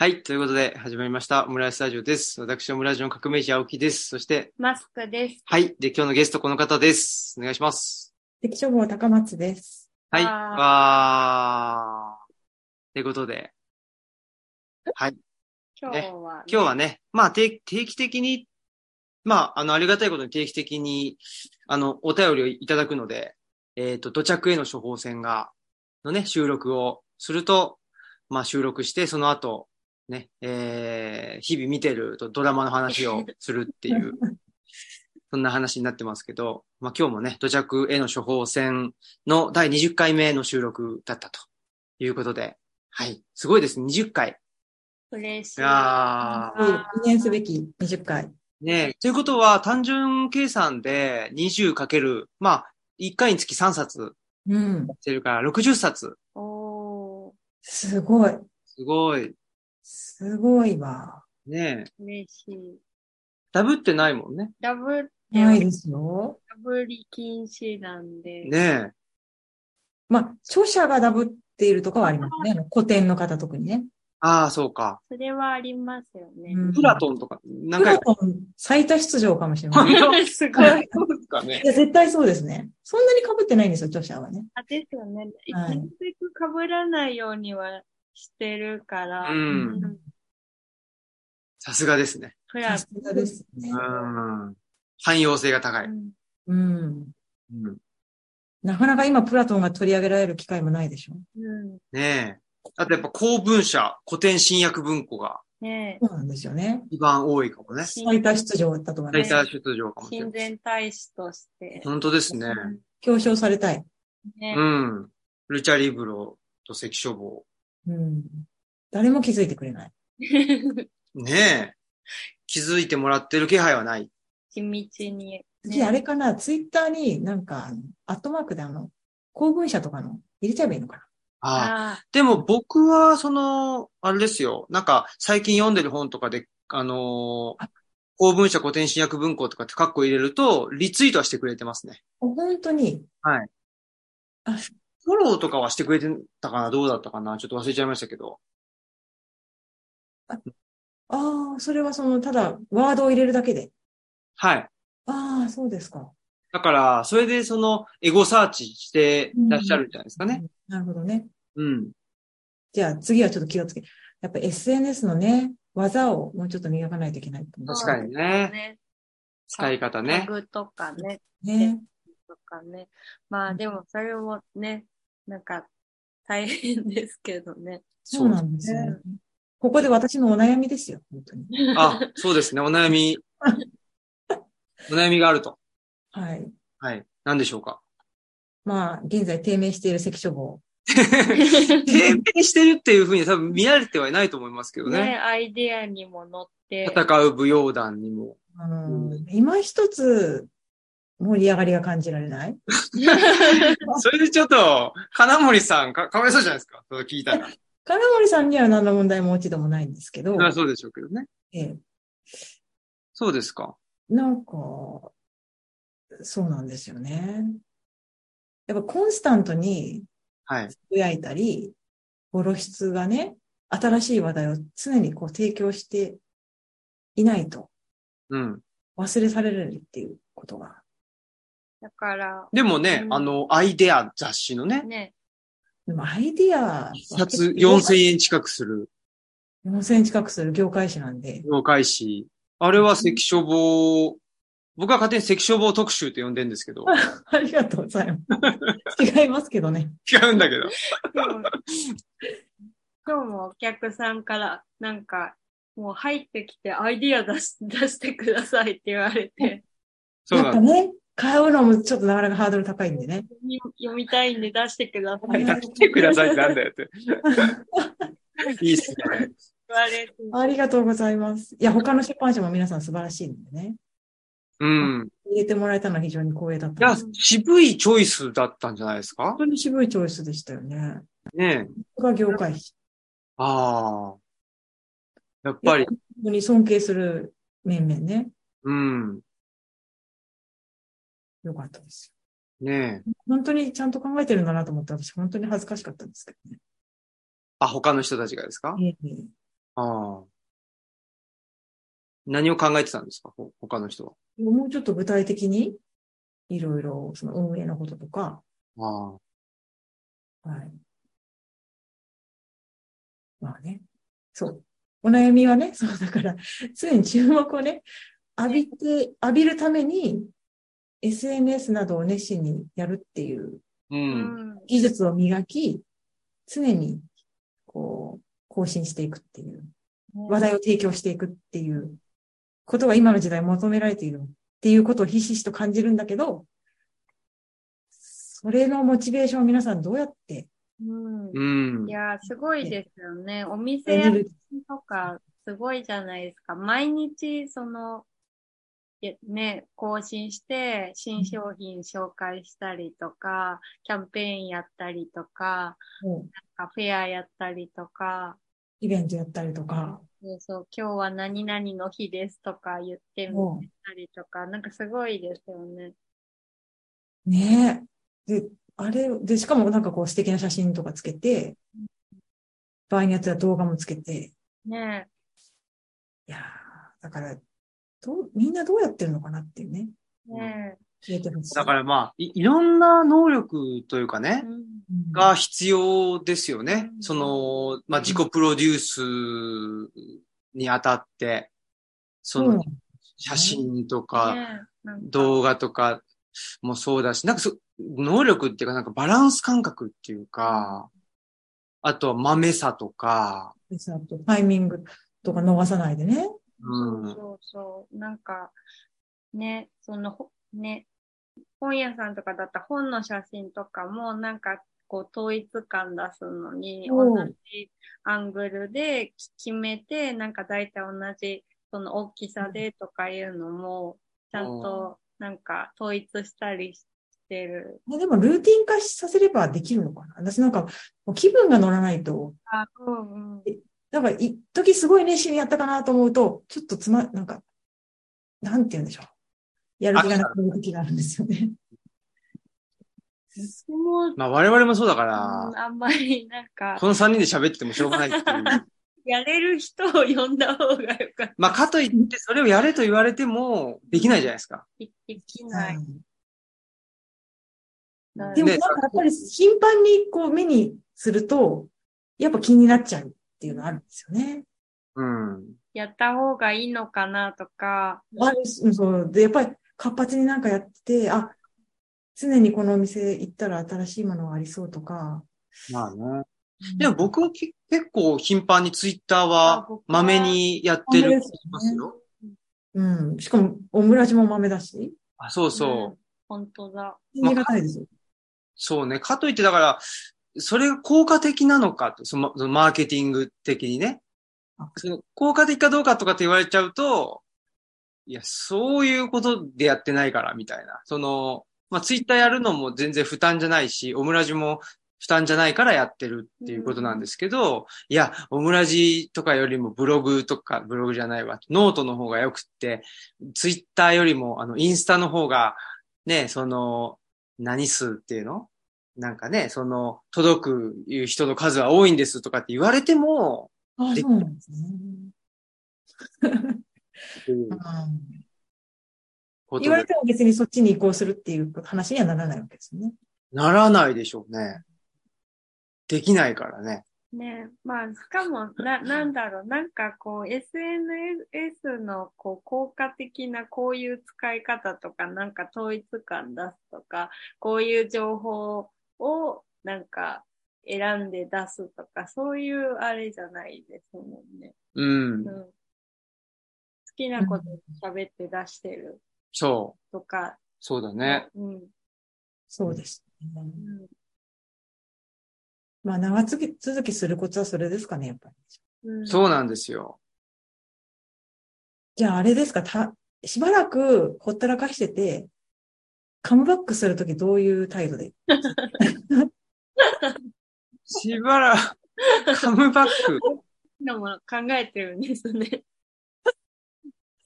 はい。ということで、始まりました。オムライスラジオです。私、オムラジオの革命児、青木です。そして、マスクです。はい。で、今日のゲスト、この方です。お願いします。敵処方高松です。はい。わーわー。ということで、今日は、今日はね、まあ、定定期的に、まあ、あの、ありがたいことに定期的に、あの、お便りをいただくので、えっ、と、土着への処方箋が、のね、収録をすると、まあ、収録して、その後、ね、えー、日々見てるとドラマの話をするっていう、そんな話になってますけど、まあ、今日もね、土着への処方箋の第20回目の収録だったということで、はい、すごいですね、20回。嬉しい。いやーうん記念すべき20回。ねえ、ということは、単純計算で 20× まあ、1回につき3冊うん。してるから60冊。おー、すごい。すごい。すごいわ。ねえ。嬉しい。ダブってないもんね。ダブって、ないですよ。ダブり禁止なんで。ねまあ、著者がダブっているとかはありますね。あの古典の方特にね。ああ、そうか。それはありますよね。うんプラトンとか、何プラ回か。トン最多出場かもしれない。い すごい。そうですかね。や、絶対そうですね。そんなに被ってないんですよ、著者はね。あ、ですよね。はいなるべく被らないようにはしてるから。うんさすがですね。プラさすがですねう。ん。汎用性が高うい。んうん。うん、なかなか今、プラトンが取り上げられる機会もないでしょ。うん。ねえ。あとやっぱ公文社、古典新訳文庫がねえ。そうなんですよね。一番多いかもね。最多出場だと思いま大す。体出場かもしれ親ない。善大使として。本当ですね。表彰されたい。ねうん。ルチャリブロと関書房。うん。誰も気づいてくれない。ねえ。気づいてもらってる気配はない。 地道に。次、あれかな、ツイッターになんか、あのアットマークであの、公文社とかの入れちゃえばいいのかな。ああ。あでも僕は、その、あれですよ。なんか、最近読んでる本とかで、あのー公文社古典新訳文庫とかってカッコ入れると、リツイートはしてくれてますね。お本当に。はい。あ、フォローとかはしてくれてたかなどうだったかなちょっと忘れちゃいましたけど。ああ、それはその、ただ、ワードを入れるだけで。はい。ああ、そうですか。だから、それでその、エゴサーチしてらっしゃるんじゃないですかね。うんなるほどね。うん。じゃあ、次はちょっと気をつけ。やっぱ SNS のね、技をもうちょっと磨かないといけないと思う確かにあ。ね。ね。使い方タね。グとかね、ね。とかね。まあでもそれもね、なんか大変ですけどね。そうなんですよ、そうね。ここで私のお悩みですよ、本当に。 あ、そうですね。お悩み。お悩みがあると。はい。はい。何でしょうか。まあ、現在低迷している関処方。低迷してるっていうふうに多分見られてはいないと思いますけどね、ね。アイデアにも乗って。戦う武勇団にも。あのー今一つ盛り上がりが感じられないそれでちょっと、金森さんか、かわいそうじゃないですか。それ聞いたら。金森さんには何の問題も落ち度もないんですけど、まあそうでしょうけどね。ええそうですか。なんか、そうなんですよね。やっぱコンスタントにはい。つぶやいたり、ご露出がね、新しい話題を常にこう提供していないとうん。忘れされるっていうことが。だから、でもね、うんあの、アイデア雑誌のね、ね、でもアイディアは一結構、冊4000円近くする4000円近くする業界誌なんで、業界誌。あれは関書房、僕は勝手に関書房特集って呼んでんですけど、ありがとうござい ます。違いますけどね。違うんだけど。でも今日もお客さんからなんか、もう入ってきてアイディア出し 出してくださいって言われて、そうやなっんぱだ。ね、買うのもちょっとなかなかハードル高いんでね。読み読みたいんで出してくださいって出してくださいってなんだよって。いいっすね。言われて、ありがとうございます。いや、他の出版社も皆さん素晴らしいんでね。うん。入れてもらえたのは非常に光栄だっいやた。本、渋いチョイスだったんじゃないですか当に渋いチョイスでしたよね。ねえ。これが業界誌。ああ。やっぱり、本当に尊敬する面々ね。うん。よかったですねえ。よ。本当にちゃんと考えてるんだなと思って、私本当に恥ずかしかったんですけどね。あ、他の人たちがですかええああ。何を考えてたんですかほ他の人は。もうちょっと具体的に、いろいろ、その運営のこととか、ああ。はい。まあね。そう。お悩みはね、 そうだから、常に注目をね、浴びて、浴びるために、SNS などを熱心にやるっていうう。うんん。技術を磨き、常に、こう、更新していくっていう、話題を提供していくっていうことが今の時代求められているっていうことをひしひしと感じるんだけど、それのモチベーションを皆さんどうやってうんうんい。やー、すごいですよね。お店感じやるとか、すごいじゃないですか。毎日、その、いやね、更新して、新商品紹介したりとか、キャンペーンやったりとか、もうなんかフェアやったりとか、イベントやったりとか、そうそう、今日は何々の日ですとか言ってみもたりとか、なんかすごいですよね。う、ねえ。で、あれ、で、しかもなんかこう素敵な写真とかつけて、場合によっては動画もつけて、ねいやーだから、どう、みんなどうやってるのかなっていうね。え、ね教えてほしい。だからまあい、いろんな能力というかねえ。、うんうん、が必要ですよね。うんその、まあ、自己プロデュースにあたって、そうんの、写真とか、ねえなんか動画とかもそうだし、なんかそ、能力っていうか、なんかバランス感覚っていうか、あとは豆さとか、でさあとタイミングとか逃さないでね。うん。そうそうそう。なんか、ね、その、ほね、本屋さんとかだったら本の写真とかも、なんか、こう、統一感出すのに、う同んじアングルで決めて、なんか大体同じ、その大きさでとかいうのも、ちゃんと、なんか、統一したりしてる。ねでも、ルーティン化させればできるのかな私なんか、もう気分が乗らないと、あ、うんうん。なんか、一時すごい熱心にやったかなと思うと、ちょっとつま、なんか、なんて言うんでしょう。やる気がなくなる時があるんですよね。私も、うんまあ我々もそうだから、あんまり、なんかこ、の3人で喋っててもしょうがないって いう。やれる人を呼んだ方がよかった。まあかといってそれをやれと言われてもできないじゃないですか。でできない。うんなでもねなんかやっぱり頻繁にこう目にすると、やっぱ気になっちゃうっていうのあるんですよね。うん。やった方がいいのかなとか、あるしうんそう。で、やっぱり活発になんかやってて、あ、常にこのお店行ったら新しいものがありそうとか。まあね。でも僕はき結構頻繁にツイッターは豆にやってる。ますよ。うん。しかも、オムラジも豆だし。あそううんそう。本当だ。ありがたいですよ。そうね。かといってだから、それが効果的なのかと、そのそのマーケティング的にねあ。その効果的かどうかとかって言われちゃうと、いや、そういうことでやってないから、みたいな。その、まあ、ツイッターやるのも全然負担じゃないし、オムラジも負担じゃないからやってるっていうことなんですけど、いや、オムラジとかよりもブログとか、ブログじゃないわ、ノートの方が良くって、ツイッターよりも、あの、インスタの方が、ね、その、何数っていうのなんかね、その、届く人の数は多いんですとかって言われても、あ、でそうなんですね。うんこと 言われでても別にそっちに移行するっていう話にはならないわけですよね。ならないでしょうね。できないからね。ねまあ、しかも、 な、なんだろう、なんかこう、SNS のこう効果的なこういう使い方とか、なんか統一感出すとか、こういう情報を、なんか、選んで出すとか、そういうあれじゃないですもんね。うんう。ん。好きなこと喋って出してるそう。とか、そうだね。うん。そうです、ね。うんまあ、長続き続きすることはそれですかね、やっぱり。そそうなんですよ。じゃあ、あれですか、た、しばらくほったらかしてて、カムバックするときどういう態度でしばらく、カムバック。うのも考えてるんで すね。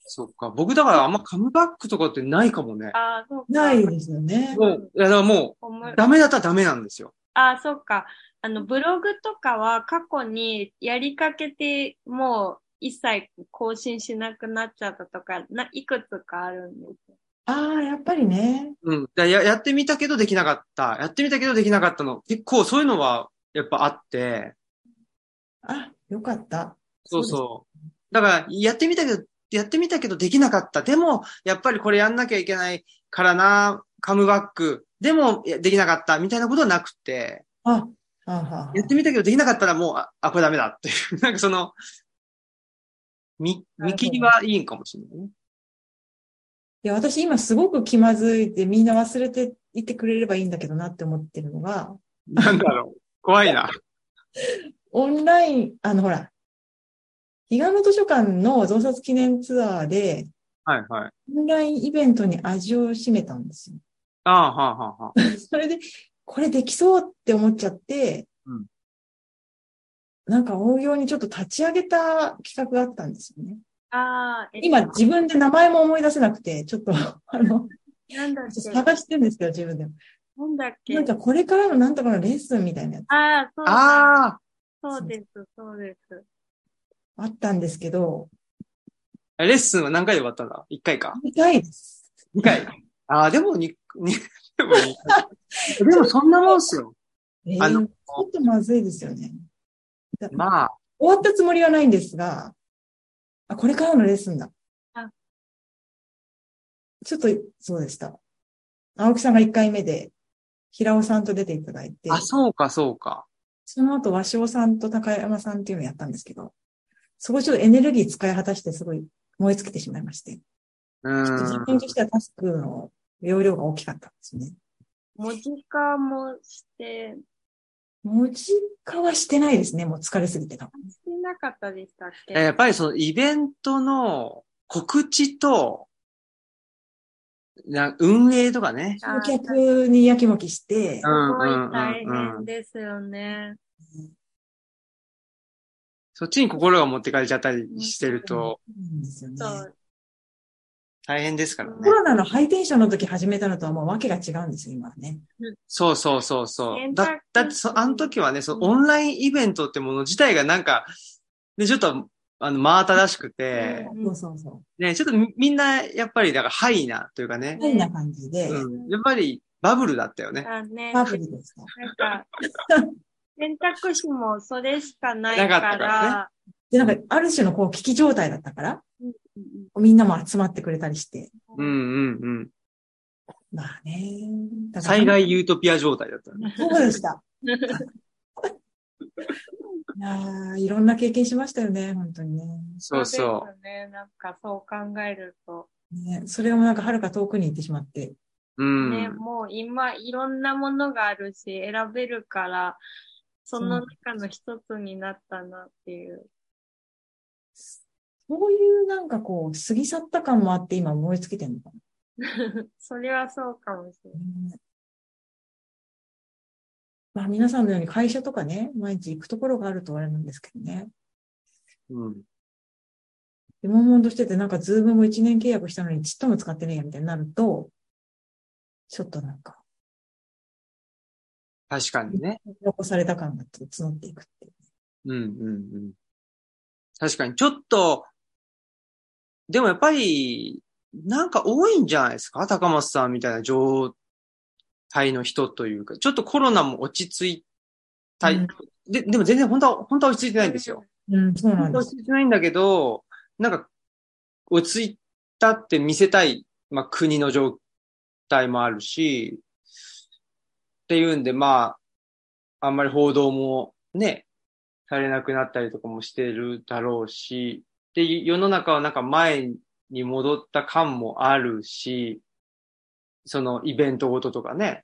そっか。僕だからあんまカムバックとかってないかもね。ああ、そうか。ないですよね。もう、いやだからも思うい、ダメだったらダメなんですよ。あ、そうか。あの、ブログとかは過去にやりかけて、もう一切更新しなくなっちゃったとか、な、いくつかあるんですよ。ああ、やっぱりね。うん。だややってみたけどできなかった。やってみたけどできなかったの。結構そういうのはやっぱあって。あ、よかった。そうそう。だから、やってみたけど、やってみたけどできなかった。でも、やっぱりこれやんなきゃいけないからな、カムバック。でも、いやできなかった、みたいなことはなくて、あ、あはやってみたけどできなかったらもう、あ、あこれダメだっていう。 なんかその、見、見切りはいいんかもしれないね。いや、私今すごく気まずいて、みんな忘れていてくれればいいんだけどなって思ってるのが、なんだろう。怖いな。オンライン、あの、ほら、彼岸の図書館の増刷記念ツアーで、はいはい。オンラインイベントに味を占めたんですよ。ああ、はあ、はあ、はあ。それで、これできそうって思っちゃって、うんなんか応用にちょっと立ち上げた企画があったんですよね。ああ、えっと今自分で名前も思い出せなくて、ちょっと、 あの、なんだっけ、探してるんですけど、自分でも。なんだっけ。なんかこれからのなんとかのレッスンみたいなやつああ、そうだ。ああ、そうです、そうです。あったんですけど、レッスンは何回で終わったんだ ?1 回か。見たいです。 2回。ああ、でもに、に、でもに でもそんなもんっすよ。えあー、ちのょっとまずいですよね。まあ、終わったつもりはないんですが、あ、これからのレッスンだあ。ちょっと、そうでした。青木さんが1回目で、平尾さんと出ていただいて、あ、そうか、そうか。その後和尚さんと高山さんっていうのをやったんですけど、そこちょっとエネルギー使い果たしてすごい燃え尽きてしまいまして、うちょっと自分ーんと。してはタスクの容量が大きかったんですね。文字化もして、文字化はしてないですね。もう疲れすぎてた。してなかったでしたっけ、やっぱりそのイベントの告知と、な運営とかね。あーお客にやきもきしてう、すんごういん大うんうん変。ですよね。そっちに心が持ってかれちゃったりしてるとうんですよねそ。う。大変ですからコね。ロナのハイテンションの時始めたのとはもう訳が違うんですよ、今はね。そうそうそうそう。選だ択、だってそ、あの時はね、そのオンラインイベントってもの自体がなんか、で、ちょっと、あの、真新しくて、うんそうそうそね、ちょっとみみんな、やっぱり、だから、ハイな、というかねう。。変な感じで、うん。やっぱり、バブルだったよね。あね、パープルでした。な んか、選択肢もそれしかないなかかったら、からで、なんか、ある種のこう、危機状態だったから、うんうんみんなも集まってくれたりして。うんうんうん。まあね。だから災。害ユートピア状態だったよね。そうで した。いやーいろんな経験しましたよね、本当にね。そうそうですね。なんかそう考えると、ねそれをなんか遥か遠くに行ってしまって。う。うね、ん。もう今いろんなものがあるし、選べるから、その中の一つになったなっていう。 そういうなんかこう、過ぎ去った感もあって今燃え尽きてるのかな。それはそうかもしれない。まあ皆さんのように会社とかね、毎日行くところがあるとあれなんですけどね。うん。で、悶々としててなんかズームも1年契約したのにちっとも使ってねえやみたいになると、ちょっとなんか、確かにね。残された感が募っていくっていう。うんうんうん。確かに、ちょっと、でもやっぱり、なんか多いんじゃないですか高松さんみたいな状態の人というか、ちょっとコロナも落ち着いたい。うんで、でも全然本当は、本当は落ち着いてないんですよ。うん、そうな本当んではす。落ち着いてないんだけど、なんか、落ち着いたって見せたい、まあ、国の状態もあるし、っていうんで、まあ、あんまり報道もね、されなくなったりとかもしてるだろうし、で、世の中はなんか前に戻った感もあるし、そのイベントごととかね、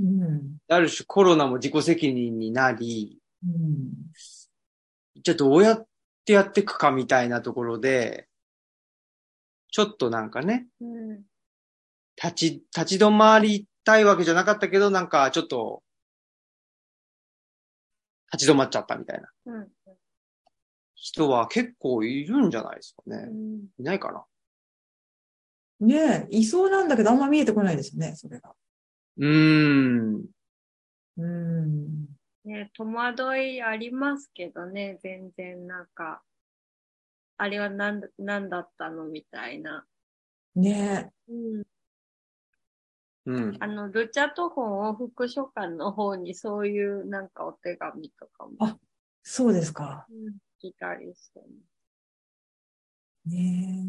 うん。ある種コロナも自己責任になり、うん。じゃあどうやってやっていくかみたいなところで、ちょっとなんかね、うん。立ち、立ち止まりたいわけじゃなかったけど、なんかちょっと、立ち止まっちゃったみたいなうん。人は結構いるんじゃないですかうね。んいないかなねえ、いそうなんだけどあんま見えてこないですよね、それが。うーん。うん。ね、戸惑いありますけどね、全然なんか、あれはなんだなんだったのみたいな。ねうん、うん。あの、ルチャト本を副書館の方にそういうなんかお手紙とかもあそうですか。うん来たりしてね、ね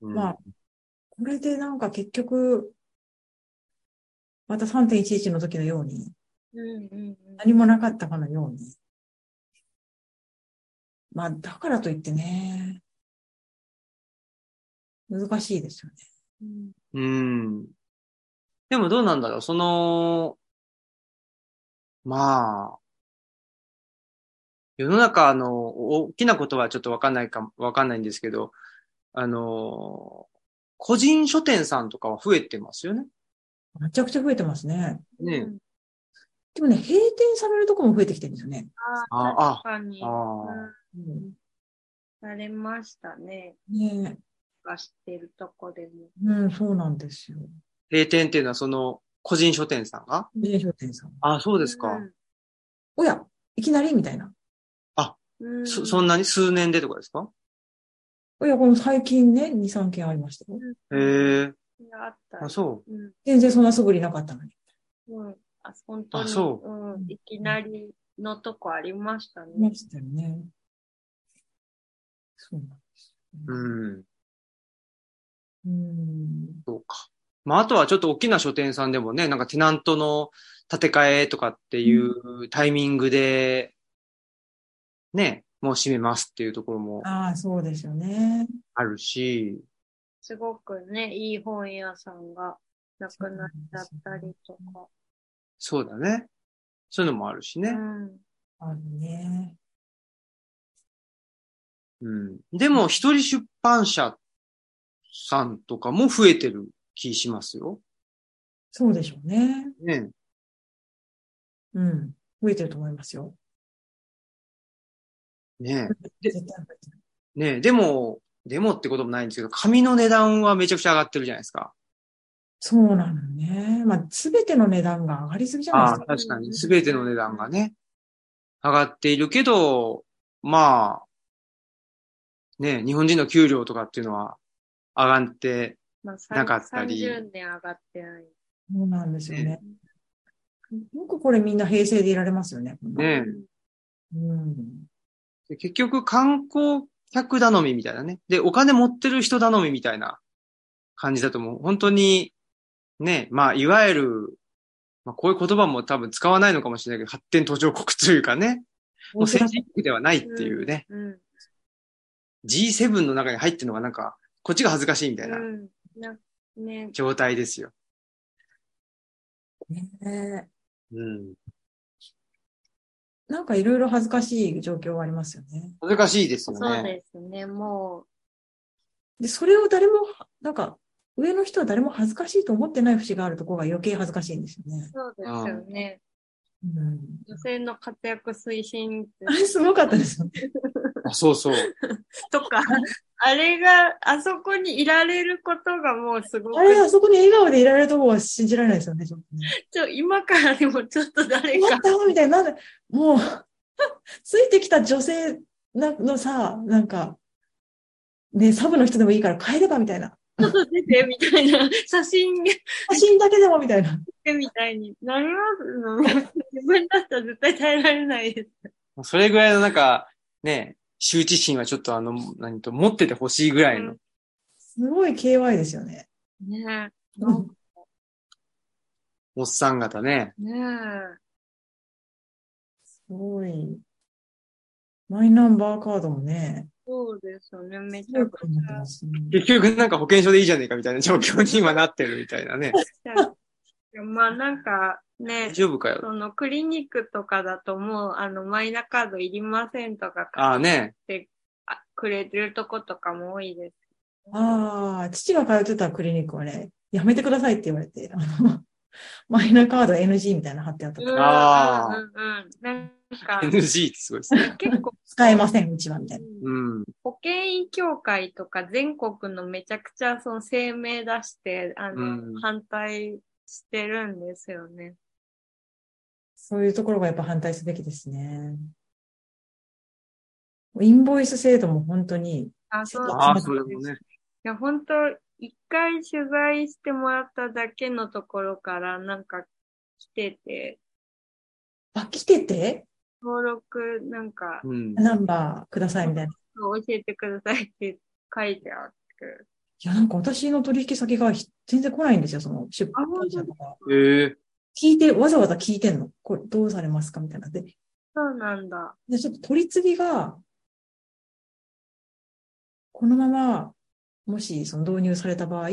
うんまあ、これでなんか結局、また3.11の時のように、うんうんうん。何もなかったかのように。まあ、だからといってね、難しいですよね。うんうん。でもどうなんだろうその、まあ、世の中の大きなことはちょっとわかんないかも、わかんないんですけど、あの、個人書店さんとかは増えてますよね。めちゃくちゃ増えてますね。ねうんでもね、閉店されるとこも増えてきてるんですよね。ああ確かに。ああうんされましたね。ねが知ってるとこでも。うん、そうなんですよ。閉店っていうのはその個人書店さんがね商店さん。あ、そうですか。おや、いきなりみたいな。うん。うんそ、そんなに数年でとかですかおや、この最近ね、2、3件ありましたよ。へえ、があったりあ、そう。うん。全然そんな素振りなかったのに。うん。あ、本当に。。あそうん。いきなりのとこありましたいまね。したよね。そうなんですよね。うん。うん。そうか。まあ、あとはちょっと大きな書店さんでもね、なんかテナントの建て替えとかっていうタイミングで、ね、もう閉めますっていうところもああ、そうですよね。あるし、すごくね、いい本屋さんがなくなっちゃったりとか。そうだね。そういうのもあるしうね。ん。あるね。うん。でも、一人出版社さんとかも増えてる気しますよ。そうでしょうね。ね。うん。増えてると思いますよ。ねで絶対増えてる。ねでも、でもってこともないんですけど、紙の値段はめちゃくちゃ上がってるじゃないですか。そうなのね。まあ、すべての値段が上がりすぎじゃないあであ、す確か。かに。すべての値段がね、上がっているけど、まあ、ね、日本人の給料とかっていうのは上がって、まあ、なかったり30年上がってない。そうなんですよね。よくこれみんな平成でいられますよね。ね、うん。で結局観光客頼みみたいなね。で、お金持ってる人頼みみたいな感じだともう本当に、ね、まあ、いわゆる、まあ、こういう言葉も多分使わないのかもしれないけど、発展途上国というかね、もう先進国ではないっていうね、うん。うん。 G7 の中に入ってるのがなんか、こっちが恥ずかしいみたいなうん。なね、状態ですよ。ねうん。なんかいろいろ恥ずかしい状況はありますよね。恥ずかしいですよそね。うですね、もで、それを誰も、なんか、上の人は誰も恥ずかしいと思ってない節があるところが余計恥ずかしいんですよねう、。そうですよね。うん。女性の活躍推進 あれすごかったですよね。あそうそう。とか、あれが、あそこにいられることがもうすごくあ、れ、あそこに笑顔でいられるところは信じられないですよね、ちょっとね。ちょ今からでもちょっと誰やかっ、たみたいな、なんで、もう、ついてきた女性なのさ、なんか、ね、サブの人でもいいから帰ればみたいな。ちょっと出てみたいな、写真出写真だけでもみたいな。てみたいになりますの自分だったら絶対耐えられないです。それぐらいのなんか、ね、羞恥心はちょっとあの、何と、持っててほしいぐらいの。すごい KY ですよね。ねえ、うなんんかおっさん方ね。ねえ。すごい。マイナンバーカードもね、そうですよね、めすちごゃいくことちになってゃま。すね。結局なんか保険証でいいじゃねえかみたいな状況に今なってるみたいなね。まあなんかね大、丈夫かよ。そのクリニックとかだともう、あの、マイナカードいりませんとかあ書あいね。てあくれてるとことかも多いです。ああ、父が通ってたクリニックはね、やめてくださいって言われて、あの、 マイナカード NG みたいなの貼ってあったとうんあーうんうんうん。なんか、 NG ってすごいですね。結構、使えません、うちはみたいな。うん。保険医協会とか全国のめちゃくちゃその声明出して、あの、うん反対してるんですよね。そういうところはやっぱ反対すべきですね。インボイス制度も本当に、あ、そうあああ、それもね。いや、本当一回取材してもらっただけのところから、なんか来てて、あ、来てて、登録、なんか、うん。ナンバーくださいみたいな。教えてくださいって書いてあって。いや、なんか私の取引先がひ全然来ないんですよ、その出版社とか。ええ聞いて、わざわざ聞いてんの。これどうされますかみたいな。で、そうなんだ。で、ちょっと取り次ぎが、このまま、もしその導入された場合、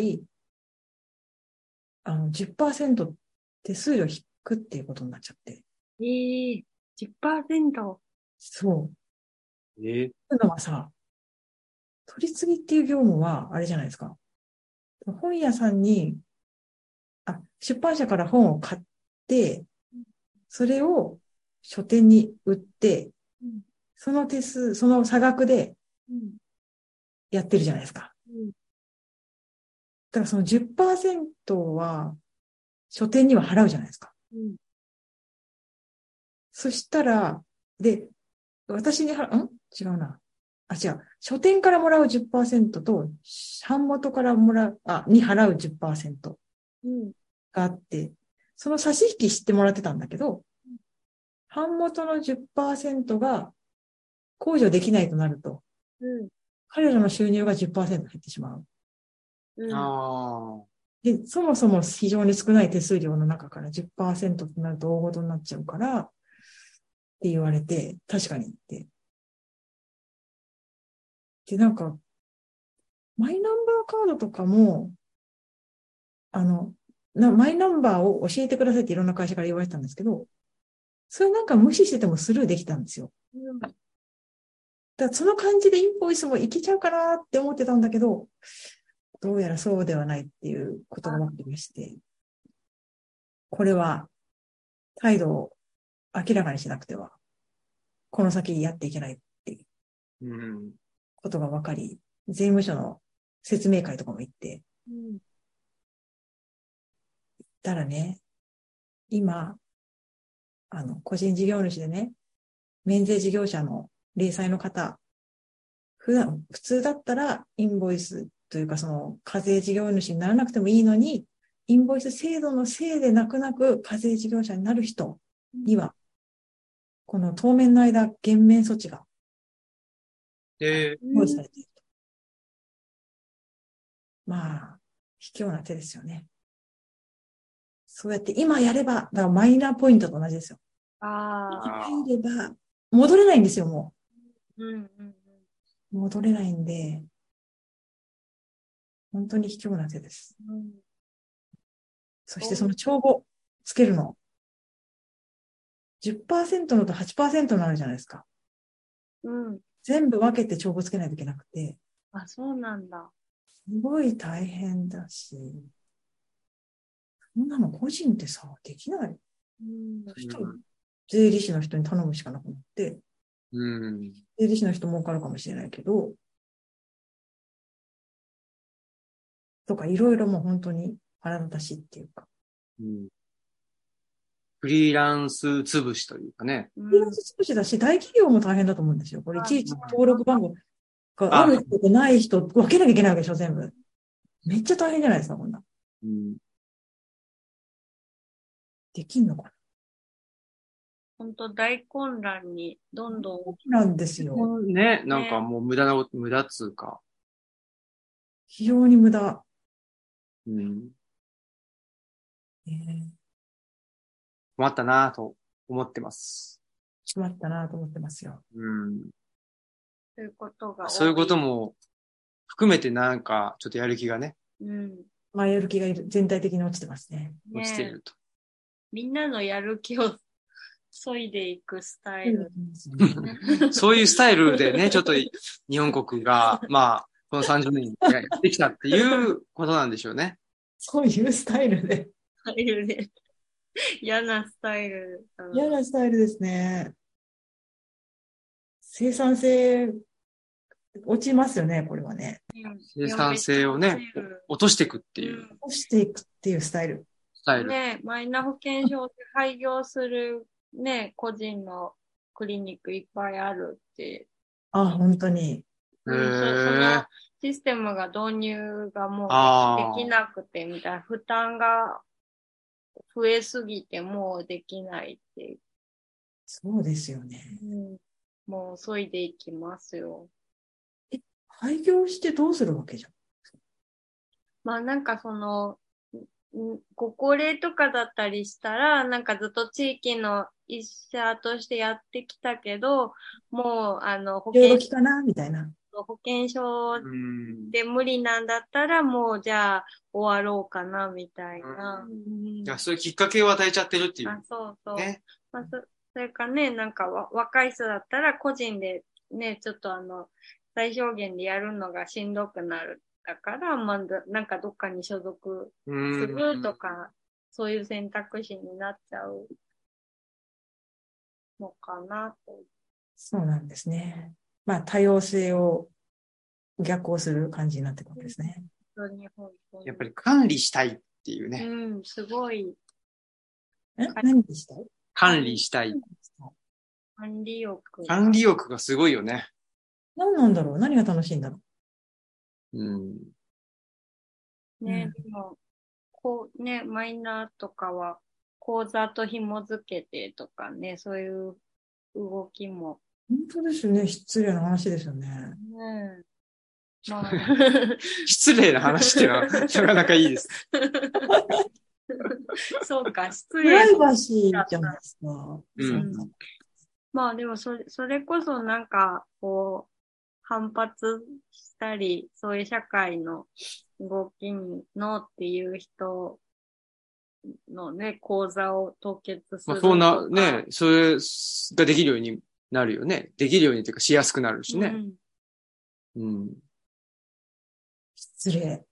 あの、10%手数料引くっていうことになっちゃって。ええ10%。そう。ええというのはさ、取り次ぎっていう業務は、あれじゃないですか。本屋さんに、あ、出版社から本を買って、それを書店に売ってうん、その手数、その差額でうん。やってるじゃないですか。うんだからその10%は書店には払うじゃないですか。うん。そしたら、で、私に払、ん違うな。あ、違う。書店からもらう10%と、版元からもらう、あ、に払う10%うん。があって、その差し引き知ってもらってたんだけど、版元の10%が控除できないとなると、うん。彼らの収入が10%減ってしまう。うん。ああ。で、そもそも非常に少ない手数料の中から10%ってなると大ごとになっちゃうから、って言われて、確かにって。で、なんか、マイナンバーカードとかも、あの、なマイナンバーを教えてくださいっていろんな会社から言われてたんですけど、それなんか無視しててもスルーできたんですよ。うんだからその感じでインボイスもいけちゃうかなって思ってたんだけど、どうやらそうではないっていうことが分かりまして、これは態度を明らかにしなくては、この先やっていけないうん。ことが分かり、税務署の説明会とかも行って、うん。たらね、今、あの、個人事業主でね、免税事業者の零細の方、普段、普通だったらインボイスというかその課税事業主にならなくてもいいのに、インボイス制度のせいで泣く泣く課税事業者になる人には、この当面の間減免措置がええ用意されていると。まあ、卑怯な手ですよね。そうやって今やれば、だからマイナーポイントと同じですよ。ああ。あ入れば、戻れないんですよ、もうんうんうん。う。戻れないんで、本当に卑怯な手です。うんそしてその帳簿つけるの。10%のと8%のあるじゃないですか。うん。全部分けて帳簿つけないといけなくて、あ、そうなんだ。すごい大変だし、そんなの個人ってさ、できない。うん。そしたら、税理士の人に頼むしかなくなって、うん。税理士の人儲かるかもしれないけど、とか、いろいろもう本当に腹立たしいっていうか、うん。フリーランス潰しというかね。うフリーラんンス少しだし、大企業も大変だと思うんですよ。これ、いちいち登録番号がある人とない人、分けなきゃいけないわけでしょ、全部。めっちゃ大変じゃないですか、こんな。うん。できんのかな本当大混乱にどんどん。なんですよ。ね、なんかもう無駄なこと、無駄っつうか。非常に無駄。うん。ね困ったなぁと思ってます。しまったなと思ってますよ。うん。そういうことが多。そういうことも含めてなんかちょっとやる気がね、うん。まあ、やる気がいる全体的に落ちてますね。落ちてねると。 みんなのやる気を 削いでいくスタイル。そういうスタイルで ね、ちょっと日本国が、まあ、この30年やってきたっていうことなんでしょうね。そういうスタイルで。スタイルで。 嫌なスタイルだな。嫌なスタイルですね。生産性、落ちますよね、これはね。うん生産性をね、落としていくっていうう落ちていくっていうスタイル。スタイんル。ねマイナ保険証で廃業するね、 個人のクリニックいっぱいあるって、あ、本当に。うんへそーそのシステムが導入がもあうーできなくてみたいな、負担が増えすぎてもうできないっていう、そうですよね。うんもう急いでいきますよ。廃業してどうするわけじゃん。まあなんかその、んんご高齢とかだったりしたら、なんかずっと地域の医者としてやってきたけど、もうあの保いろいろ険聞かなみたいな。保険証うん。で無理なんだったら、もうじゃあ終わろうかなみたいな。うんいやそういうきっかけを与えちゃってるっていあう。そうそう。ね。まあ、そそれかね、なんかわ若い人だったら個人でね、ちょっとあの、最小限でやるのがしんどくなる。だから、まあ、なんかどっかに所属うんするとか、そういう選択肢になっちゃうのかなと。そうなんですね。まあ、多様性を逆行する感じになってくるんですね。本当に本当にやっぱり管理したいっていうね。うん、すごいえい何でしたい管理したい。管理欲。管理欲がすごいよね。何なんだろう何が楽しいんだろううん。ね、うでも、こう、ね、マイナーとかは、講座と紐付けてとかね、そういう動きも。本当ですよね。失礼な話ですよね。ね、ま あ、 失礼な話っていう のはなかなかいいです。そうか、失プ礼ライなバシーじゃないですか。んそまあでもそれ、それこそなんか、こう、反発したり、そういう社会の動きにのっていう人のね、講座を凍結すまるあ、とか。そんな、ね、それができるようになるよね。できるようにっていうか、しやすくなるしうね。んうん。失礼。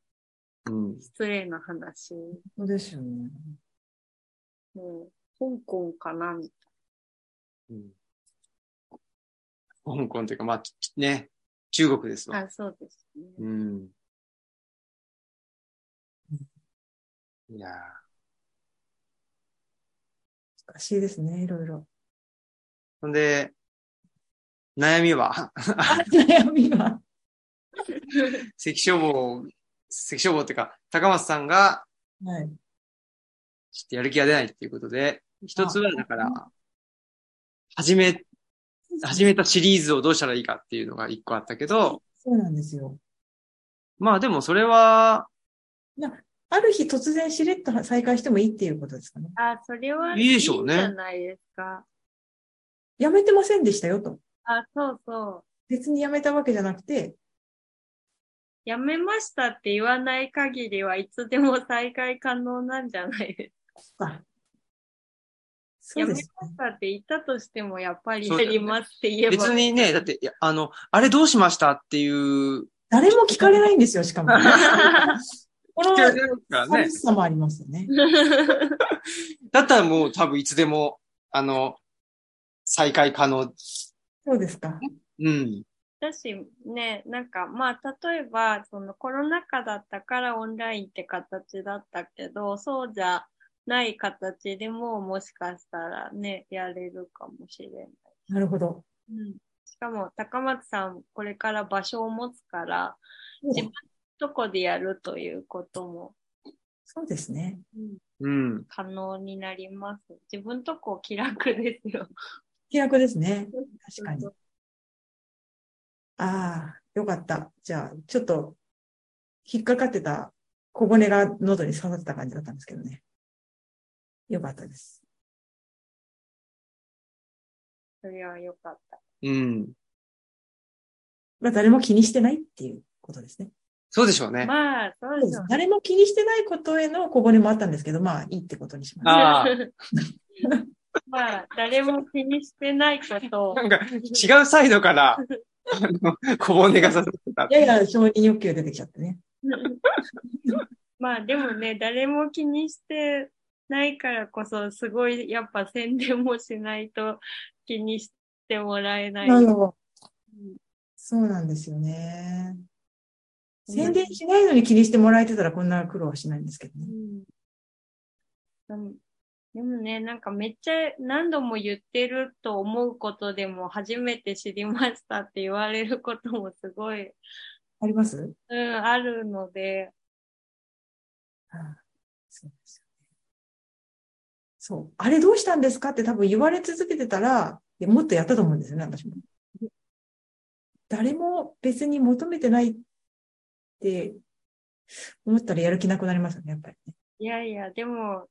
うん。失礼な話。そうですよね。もう、香港かなみうん香港っていうか、まあ、ね、中国ですたわ。いな。あ、そうですね。うん。いやー難しいですね。いろいろ。ほんで、悩みは、あ、悩みは。関消防、関消防っていうか、高松さんが、はい。ちょっとやる気が出ないっていうことで、一つは、だから、始め、始めたシリーズをどうしたらいいかっていうのが一個あったけど、そうなんですよ。まあでもそれは、ある日突然しれっと再開してもいいっていうことですかね。あ、それはいいでしょうねいんじゃないですか。やめてませんでしたよと。あ、そうそう。別にやめたわけじゃなくて、やめましたって言わない限りはいつでも再開可能なんじゃないですかあそやうめでますし。たって言ったとしても、やっぱりそうやだよねりますって言えば。別にね、だって、いやあの、あれどうしましたっていう、誰も聞かれないんですよ、しかも。この聞かれるからね寂しさもありますよね。だったらもう多分いつでも、あの、再開可能。そうですか。うん。 だし、ね、なんか、まあ、例えば、そのコロナ禍だったからオンラインって形だったけど、そうじゃない形でも、もしかしたらね、やれるかもしれない。なるほど。うん。しかも、高松さん、これから場所を持つから、自分のとこでやるということも、そうですね。うん。可能になります。自分とこ気楽ですよ。契約ですね。確かに。ああ、よかった。じゃあ、ちょっと、引っかかってた小骨が喉に刺さってた感じだったんですけどね。よかったです。それは良かった。うん。まあ、誰も気にしてないっていうことですね。そうでしょうね。まあ、そうですよね。誰も気にしてないことへの小骨もあったんですけど、まあ、いいってことにします。ああまあ、誰も気にしてないことをな、んか、違うサイドから、あの、小骨が刺さってた。やや承認欲求出てきちゃってね。まあでもね、誰も気にしてないからこそ、すごい、やっぱ宣伝もしないと気にしてもらえない。なるほど。そうなんですよね。宣伝しないのに気にしてもらえてたらこんな苦労はしないんですけどうね。んうんでもね、なんかめっちゃ何度も言ってると思うことでも初めて知りましたって言われることもすごい、ありますうん、あるので、ああそうですよねそう。あれどうしたんですかって多分言われ続けてたら、いやもっとやったと思うんですよね、私も。誰も別に求めてないって思ったらやる気なくなりますよね、やっぱりね。いやいや、でも、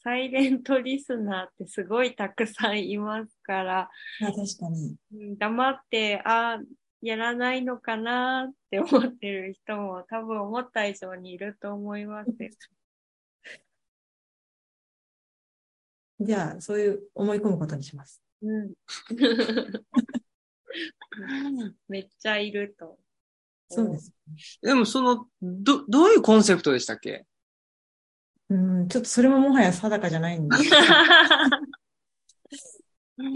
サイレント リスナーってすごいたくさんいますから、まあ確かに。うん黙って、あやらないのかなって思ってる人も多分思った以上にいると思いますよ。じゃあ、そういう思い込むことにします。うん。 めっちゃいる と。そうです。でもその、ど、どういうコンセプトでしたっけうん、ちょっとそれももはや定かじゃないんで。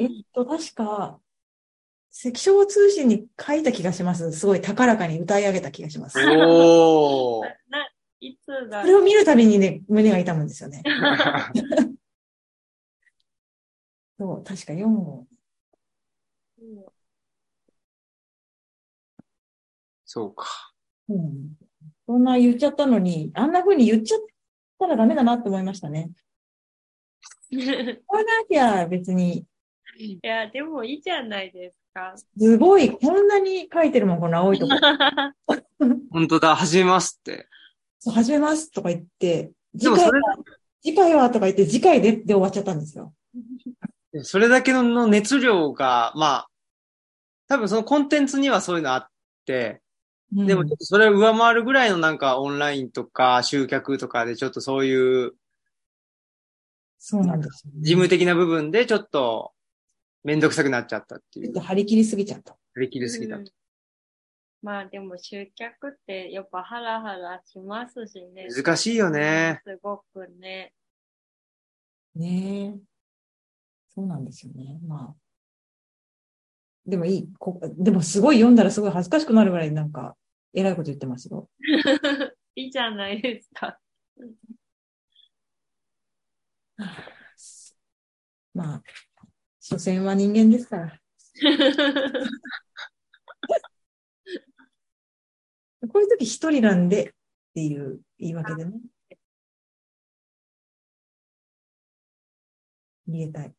えっと、確か、関所通信に書いた気がします。すごい高らかに歌い上げた気がします。おー。 ないつだそれを見るたびにね、胸が痛むんです よね。そう、確か4号。 そうか。うん。そんな言っちゃったのに、あんな風に言っちゃったらダメだなって思いましたね。いこれなきゃ別に、や、でもいいじゃないです か。すごい、こんなに書いてるもん、この青いとこ。本当だ、始めますって。そう、始めますとか言って、で次も回そはれ、次回はとか言って、次回でで終わっちゃったんですよ。それだけの熱量が、まあ、多分そのコンテンツにはそういうのあって、うんでもちょっとそれを上回るぐらいのなんかオンラインとか集客とかでちょっとそういうそうなんですよね、事務的な部分でちょっとめんどくさくなっちゃったっていちょっうと。張り切りすぎちゃった。振り切りすぎた。うんまあでも集客ってやっぱハラハラしますしね。難しいよね。すごくね。 ねえ。そうなんですよね。まあ。でもいい。こでもすごい読んだらすごい恥ずかしくなるぐらいなんか、偉いこと言ってますよ。いいじゃないですか。 まあ、所詮は人間ですから。こういう時一人なんでっていう言い訳でね。言えたい。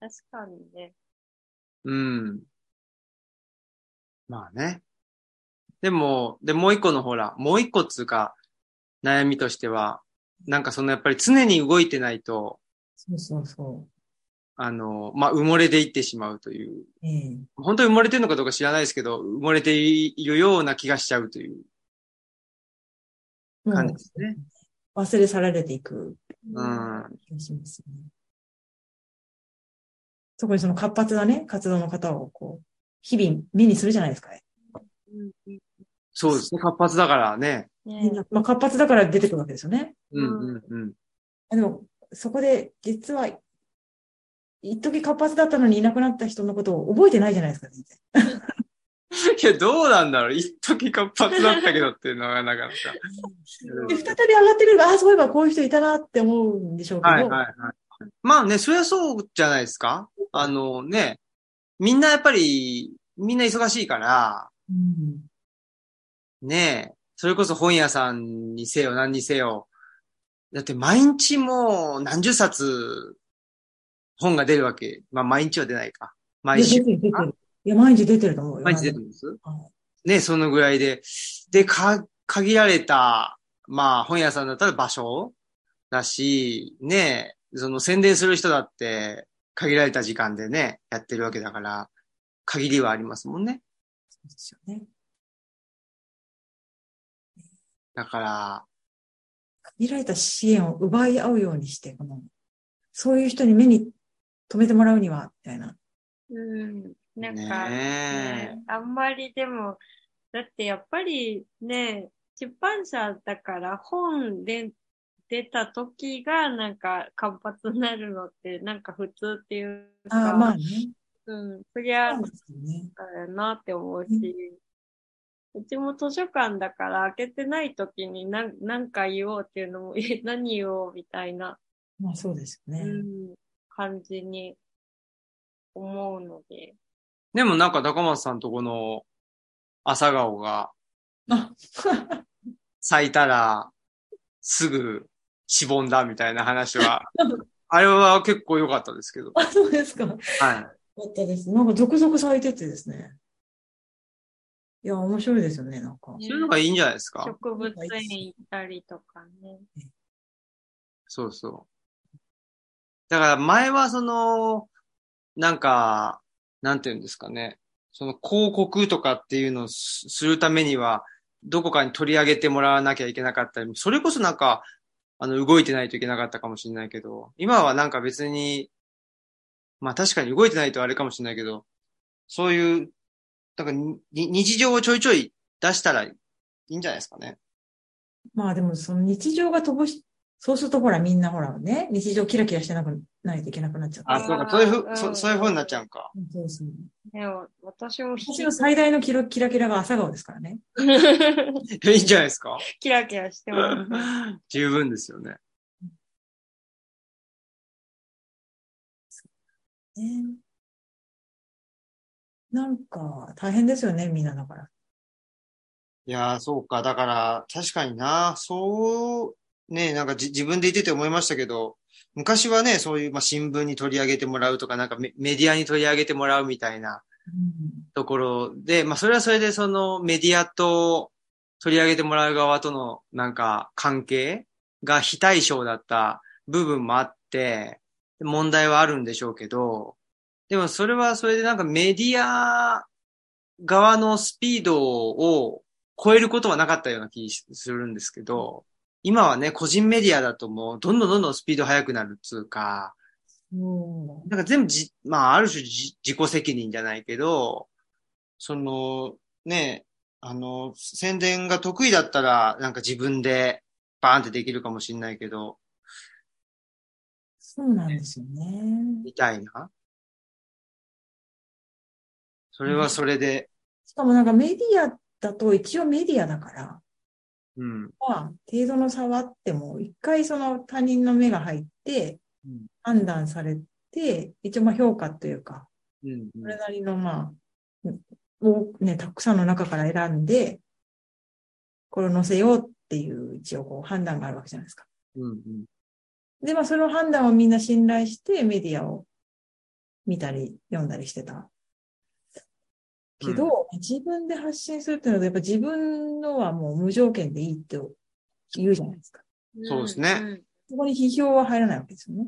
確かにね。うん。まあね。でも、で、もう一個のほら、もう一個っつうか、悩みとしては、なんかそのやっぱり常に動いてないと、そうそうそあの、まあ、埋もれていってしまうという。う。ええ本当に埋もれてるのかどうか知らないですけど、埋もれているような気がしちゃうというも感うじですね。忘れ去られていくうん。気がしますね。特にその活発なね、活動の方をこう、日々目にするじゃないですか。うんうんそうですね。活発だからね。ねみんなまあ、活発だから出てくるわけですよね。うんうんうん。あでも、そこで実は、一時活発だったのにいなくなった人のことを覚えてないじゃないですか、全然。いや、どうなんだろう。一時活発だったけどっていうのがなか なか。で、再び上がってくる、ああ、そういえばこういう人いたなって思うんでしょうけど、はいはいはい。まあね、そりゃそうじゃないですか。あのね、みんなやっぱり、みんな忙しいから、うんねえ、それこそ本屋さんにせよ何にせよ。だって毎日もう何十冊本が出るわけ。まあ毎日は出ないか。毎いや、出週。てる、出てる。いや、毎日出てると思うよ。毎日出てるんですはねえ、そのぐらいで。で、か、限られた、まあ本屋さんだったら場所だし、ねえ、その宣伝する人だって限られた時間でね、やってるわけだから、限りはありますもんね。そうですよね。だから、限られた支援を奪い合うようにして、この、そういう人に目に留めてもらうには、みたいな。うん。なんねか、え。ねあんまりでも、だってやっぱりね、出版社だから本で出た時がなんか活発になるのってなんか普通っていうあか、あ、まあね。うん、そりゃそうですよね。だよなって思うし、うちも図書館だから開けてない時に何何か言おうっていうのも、 え、何言おうみたいな、まあそうですよね。うん、感じに思うので。でもなんか高松さんとこの朝顔があ 咲いたらすぐしぼんだみたいな話 は、あれは結構良かったですけど。あ、そうですか。はい。だったです。なんか続々咲いててですね。いや、面白いですよね、なんか。そういうのがいいんじゃないですか。植物園行ったりとかね。そうそう。だから前はその、なんか、なんていうんですかね。その広告とかっていうのをすするためには、どこかに取り上げてもらわなきゃいけなかったり、それこそなんか、あの、動いてないといけなかったかもしれないけど、今はなんか別に、まあ確かに動いてないとあれかもしれないけど、そういう、なんかに日常をちょいちょい出したらいいんじゃないですかね。まあでも、その日常が乏し、そうするとほら、みんなほらね、日常キラキラしてなく、ないといけなくなっちゃった。あ、そうか、そういうふう、そそういうふうになっちゃうか。 そうそう。でも私もひ私の最大のキラキラキラが朝顔ですからね。いいんじゃないですか キラキラしてま す。十分ですよね。ねなんか、大変ですよね、みんなだから。いやー、そうか。だから、確かにな。そう、ね、なんかじ自分で言ってて思いましたけど、昔はね、そういう、まあ、新聞に取り上げてもらうとか、なんかメメディアに取り上げてもらうみたいなところで、まあ、それはそれで、そのメディアと取り上げてもらう側との、なんか、関係が非対称だった部分もあって、問題はあるんでしょうけど、でもそれはそれでなんかメディア側のスピードを超えることはなかったような気するんですけど、今はね、個人メディアだともうどんどんどんどんスピード速くなるっつうか、うん。なんか全部じ、まあ、ある種じ自己責任じゃないけど、その、ね、あの、宣伝が得意だったら、なんか自分でバーンってできるかもしれないけど、そうなんですよね。みたいな。それはそれで、しかもなんかメディアだと一応メディアだから、うん。まあ、程度の差はあっても、一回その他人の目が入ってうん、判断されて、一応まあ評価というか、うんうんそれなりのまあ、をね、たくさんの中から選んで、これを載せようっていう一応こう判断があるわけじゃないですか。うんうんで、まあその判断をみんな信頼してメディアを見たり読んだりしてた。けど、自分で発信するっていうのは、やっぱ自分のはもう無条件でいいって言うじゃないですか。そうですねん。そこに批評は入らないわけですよね。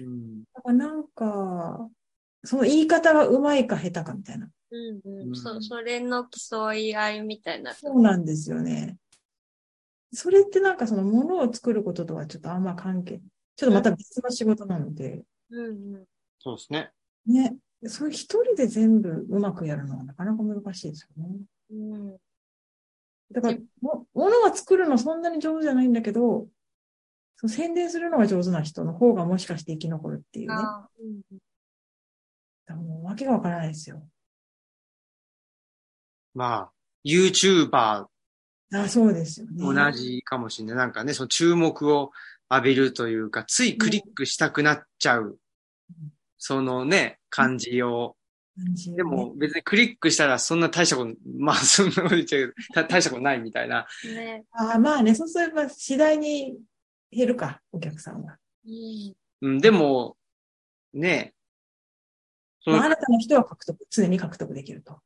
うんだからなんか、その言い方が上手いか下手かみたいな。うんう。うんんそ、それの競い合いみたいな。そうなんですよね。それってなんかそのものを作ることとはちょっとあんま関係、ちょっとまた別の仕事なので、うんうん。そうですね。ね、それ一人で全部うまくやるのはなかなか難しいですよね。うんだから、も、ものは作るのそんなに上手じゃないんだけど、その宣伝するのが上手な人の方がもしかして生き残るっていうね。あーうんだからもう訳がわからないですよ。まあ、YouTuber あそうですよね。同じかもしれない。なんかね、その注目を浴びるというか、ついクリックしたくなっちゃううん、そのね、感じを。感じよねでも、別にクリックしたらそんな大したこと、まあそんなこと言っちゃうけど、た大したことないみたいな。ね。あまあね、そうすれば次第に減るか、お客さんは。うん。うん、でも、ね、そまのあ、新たな人は獲得、常に獲得できると。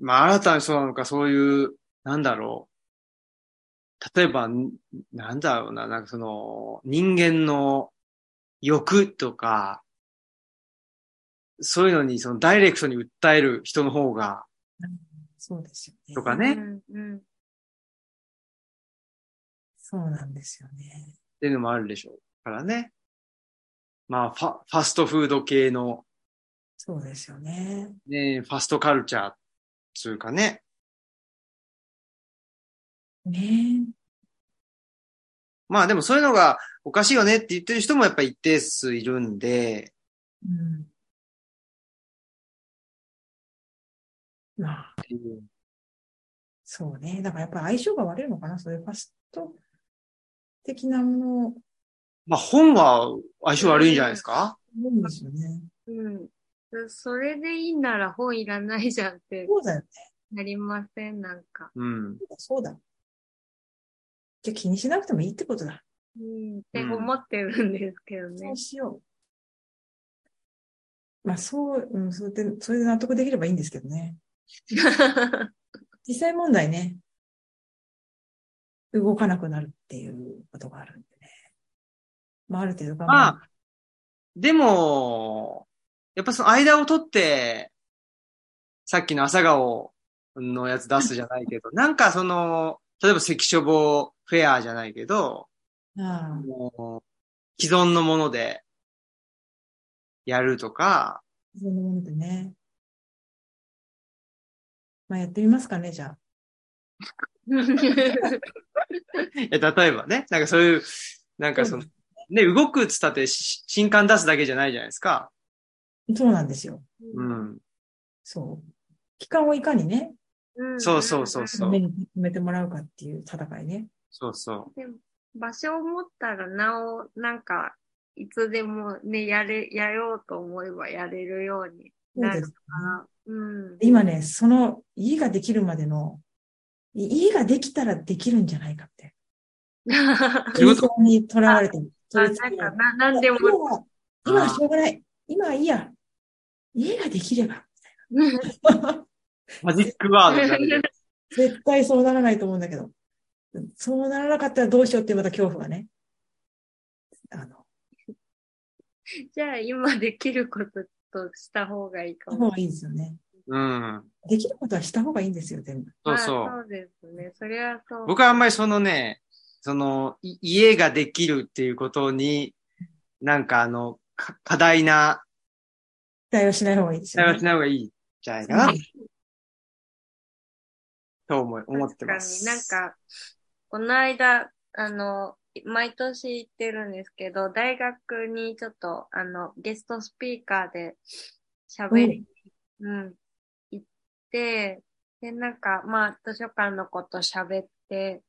まあ、新たな人なのか、そういう、なんだろう。例えば、んなんだろうな、なんかその、人間の欲とか、そういうのに、その、ダイレクトに訴える人の方が、そうですよね。とかうね、っんうん。そうなんですよね。ていうのもあるでしょうからね。まあ、ファ、ファストフード系の、そうですよね。ね、ファストカルチャー、つうかね。ねまあでもそういうのがおかしいよねって言ってる人もやっぱり一定数いるんで、うん。まあ、そうね。だからやっぱり相性が悪いのかなそういうファスト的なものまあ本は相性悪いんじゃないですか思うんですよね。うん。そそれでいいなら本いらないじゃんってそうだよね。なりません、なんか。うん。そうだ。じゃあ気にしなくてもいいってことだ。うん。って思ってるんですけどそねう。しよう。まあそう、うん、それで、それで納得できればいいんですけどね。実際問題ね、動かなくなるっていうことがあるんでね。まあ、ある程度我慢。まあ、でも、やっぱその間を取って、さっきの朝顔のやつ出すじゃない けど、なんかその、例えば関書房フェアじゃないけど、ああもう既存のものでやるとか、そんなものでね。まあ、やってみますかね、じゃあ。いや例えばね、なんかそういう、なんかその、ね、動くっつったってし新刊出すだけじゃないじゃないですか。そうなんですよ。うん。そう。期間をいかにね、うんそうそうそうそう目に留めてもらうかっていう戦いね。そうそでも場所を持ったらなお、なんか、いつでもね、やれ、やろうと思えばやれるようにそうなでるすか。ら。うん。今ね、その、家ができるまでの、い家ができたらできるんじゃないかって。どういう理こ想にとらわれてる。あ、なん取り付けか、られてな、なんでも。今は、今はあーしょうがない。今はいいや。家ができれば。う。マジックワードになるけど。 絶対そうならないと思うんだけど。そうならなかったらどうしようっていうまた恐怖がね。あの、じゃあ、今できることとした方がいいかの方も。がいいですよね。うん。できることはした方がいいんですよ、全部。そうまそうあ。そうですね。それはそう。僕はあんまりそのね、その、い家ができるっていうことに、なんかあの、か過大な、期待をしない方がいいです期待よ、はしね。ない方がいいんじゃないかな、と 思い、思ってます。確かになんか、この間、あの、毎年行ってるんですけど、大学にちょっと、あの、ゲストスピーカーで喋り、うん、行って、で、なんか、まあ、図書館のこと喋って、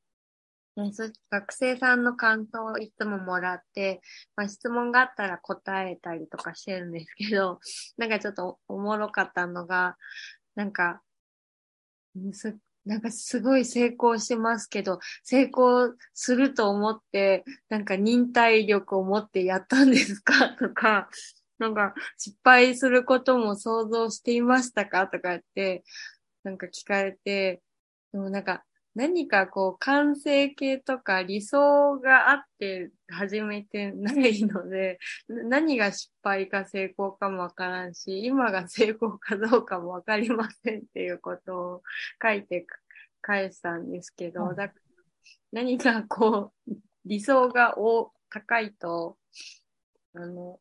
ね、そ学生さんの感想をいつももらって、まあ、質問があったら答えたりとかしてるんですけど、 なんかちょっとおおもろかったのが、なんか、うんすなんかすごい成功してますけど、成功すると思って、なんか忍耐力を持ってやったんですか とか、なんか失敗することも想像していましたかとか言って、なんか聞かれて、でもなんか何かこう完成形とか理想があって始めてないので、 な何が失敗か成功かもわからんし、今が成功かどうかもわかりませんっていうことを書いて返したんですけど、うんだ何かこう、理想がお高いと、あの、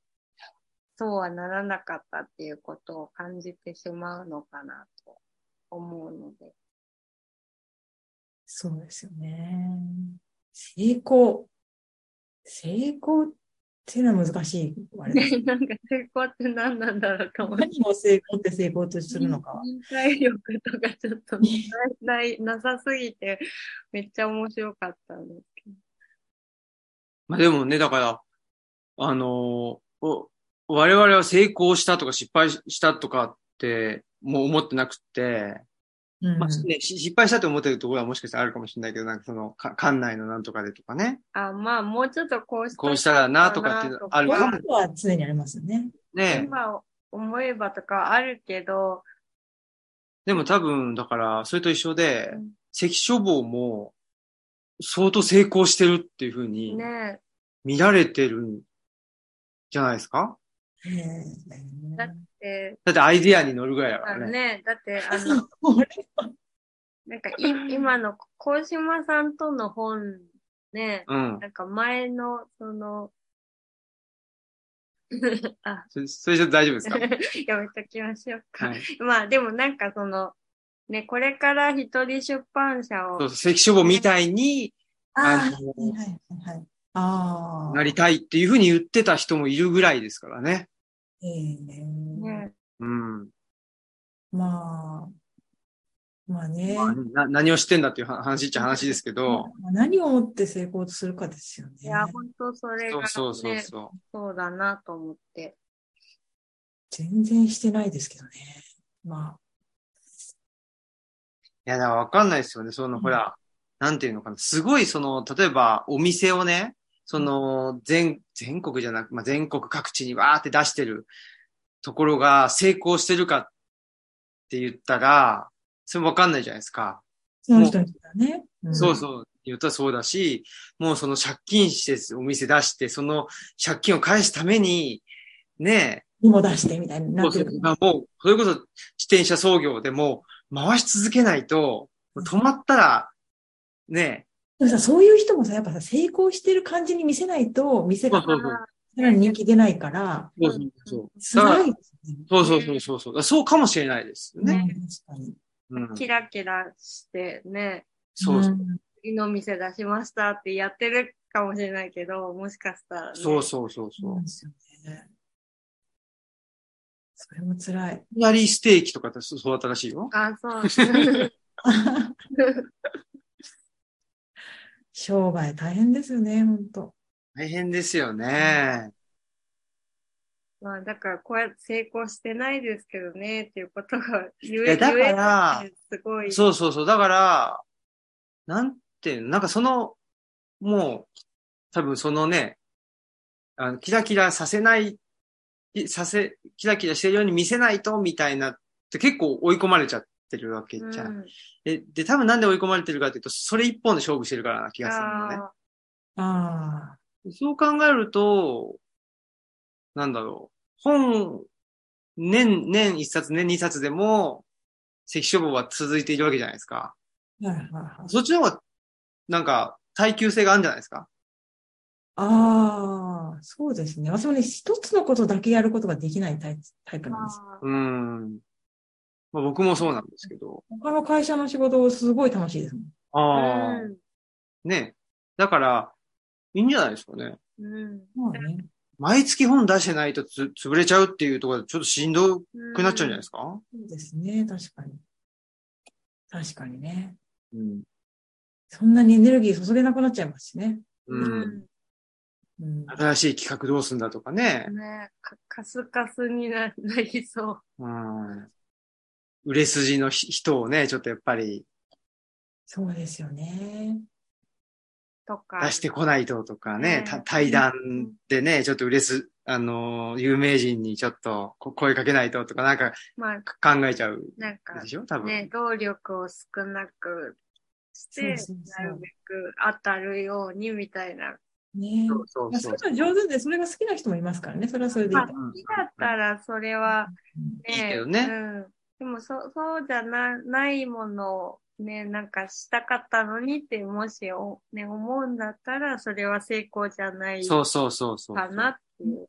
そうはならなかったっていうことを感じてしまうのかなと思うので。そうですよね。成功。成功っていうのは難しい。あれだね、 なんか成功って何なんだろうと思って。何を成功って成功とするのかは。忍耐力とかちょっとない、なさすぎて、めっちゃ面白かったんですけど。まあでもね、だから、あのーお我々は成功したとか失敗したとかって、もう思ってなくて、うんまあね、し失敗したと思ってるところはもしかしたらあるかもしれないけど、なんかその、か館内のなんとかでとかね、あ、まあ、もうちょっとこうしたこうしたらなとかっていうのあるこういかうもことは常にありますよね。ね。今思えばとかあるけど、でも多分、だから、それと一緒で、関書房も相当成功してるっていうふうにね見られてるんじゃないですかへえだえ、だってアイディアに乗るぐらいだかあらのね。ね、だって、あその、うこれなんかい、今の、高島さんとの本、ね、うん。なんか前の、その、 あ、それそれちょっと大丈夫 ですか、やめときましょうか。はい、まあ、でもなんかその、ね、これから一人出版社をそう、関書房みたいにあああ、はいのはいはいはい。ああ。なりたいっていうふうに言ってた人もいるぐらいですからね。ええね、うん。まあ、まあね。まあな何をしてんだっていうは話っちゃ話ですけど、まあ何をもって成功とするかですよね。いや、本当それが、そうそね、うそうそそうだなと思って。全然してないですけどね。まう。あ、いや、だからわかんないですよね。その、ほら、なんていうのかな。すごい、その、例えばお店をね、その、全、全国じゃなく、まあ、全国各地にわーって出してるところが成功してるかって言ったら、それもわかんないじゃないですか。その人にとってはね。んそうそう。言ったらそうだし、もうその借金してお店出して、その借金を返すために、ねにも出してみたいにえ、もなうってそるれもう、それこそ自転車操業でもう回し続けないと、止まったら、ねでもさ、そういう人もさ、やっぱさ、成功してる感じに見せないと、店え、そがうそうそう。さらに人気出ないから、そうそうそう。だか辛らいですね。そうそうそうそうそう。そうかもしれないですよね。うん確かに。うん。キラキラしてね、そうそう。ん次の店出しましたってやってるかもしれないけど、もしかしたら、ね。そうそうそうそそううで。すよね。それも辛い。いきなりステーキとかってそうだったらしいよ。あ、そう。 商売大変ですよね、本当大変ですよね。まあ、だから、こうやって成功してないですけどね、っていうことが言いやえ、だから言えるってすごい。そうそうそう。だから、なんていうの、なんかその、もう、多分そのね、あのキラキラさせない、いさせ、キラキラしてるように見せないと、みたいなって結構追い込まれちゃってるわけじうんゃん。でで、多分なんで追い込まれてるかっていうと、それ一本で勝負してるからな気がするのね。あああ、そう考えると、なんだろう。本、年、年一冊、年二冊でも、石書房は続いているわけじゃないですか。はいはいはい。そっちの方が、なんか、耐久性があるんじゃないですか。ああ、そうですね。私もね、一つのことだけやることができないタイプタイプーなんです。あうーん。まあ、僕もそうなんですけど。他の会社の仕事すごい楽しいですもん。ああ、ー。ね。だから、いいんじゃないですかね。うん。うん。まあね。毎月本出してないとつ潰れちゃうっていうところでちょっとしんどくなっちゃうんじゃないですか。か、そうですね。確かに。確かにね。うん、そんなにエネルギー注げなくなっちゃいますしね。うん。うん。新しい企画どうすんだとかねう。ん。ねか、カスカスにななりそう。うん。売れ筋のひ人をね、ちょっとやっぱりそうですよね。とか。出してこないととかね、うんた対談でね、ちょっと売れす、あのー、有名人にちょっとこ声かけないととかなんかまあ、か考えちゃうなんかで、しょ多分。ね、動力を少なくしてそうそう、そなうるべく当たるようにみたいな。ねそうそうまあ、そそうういうのは上手で、それが好きな人もいますからね。それはそれでいいまあ、と好うんきだったらそれはね、いいけどねうん。でも、そ、そうじゃな、ないものをね、なんかしたかったのにって、もしお、ね、思うんだったら、それは成功じゃないそかうそうそうそう。なっていう。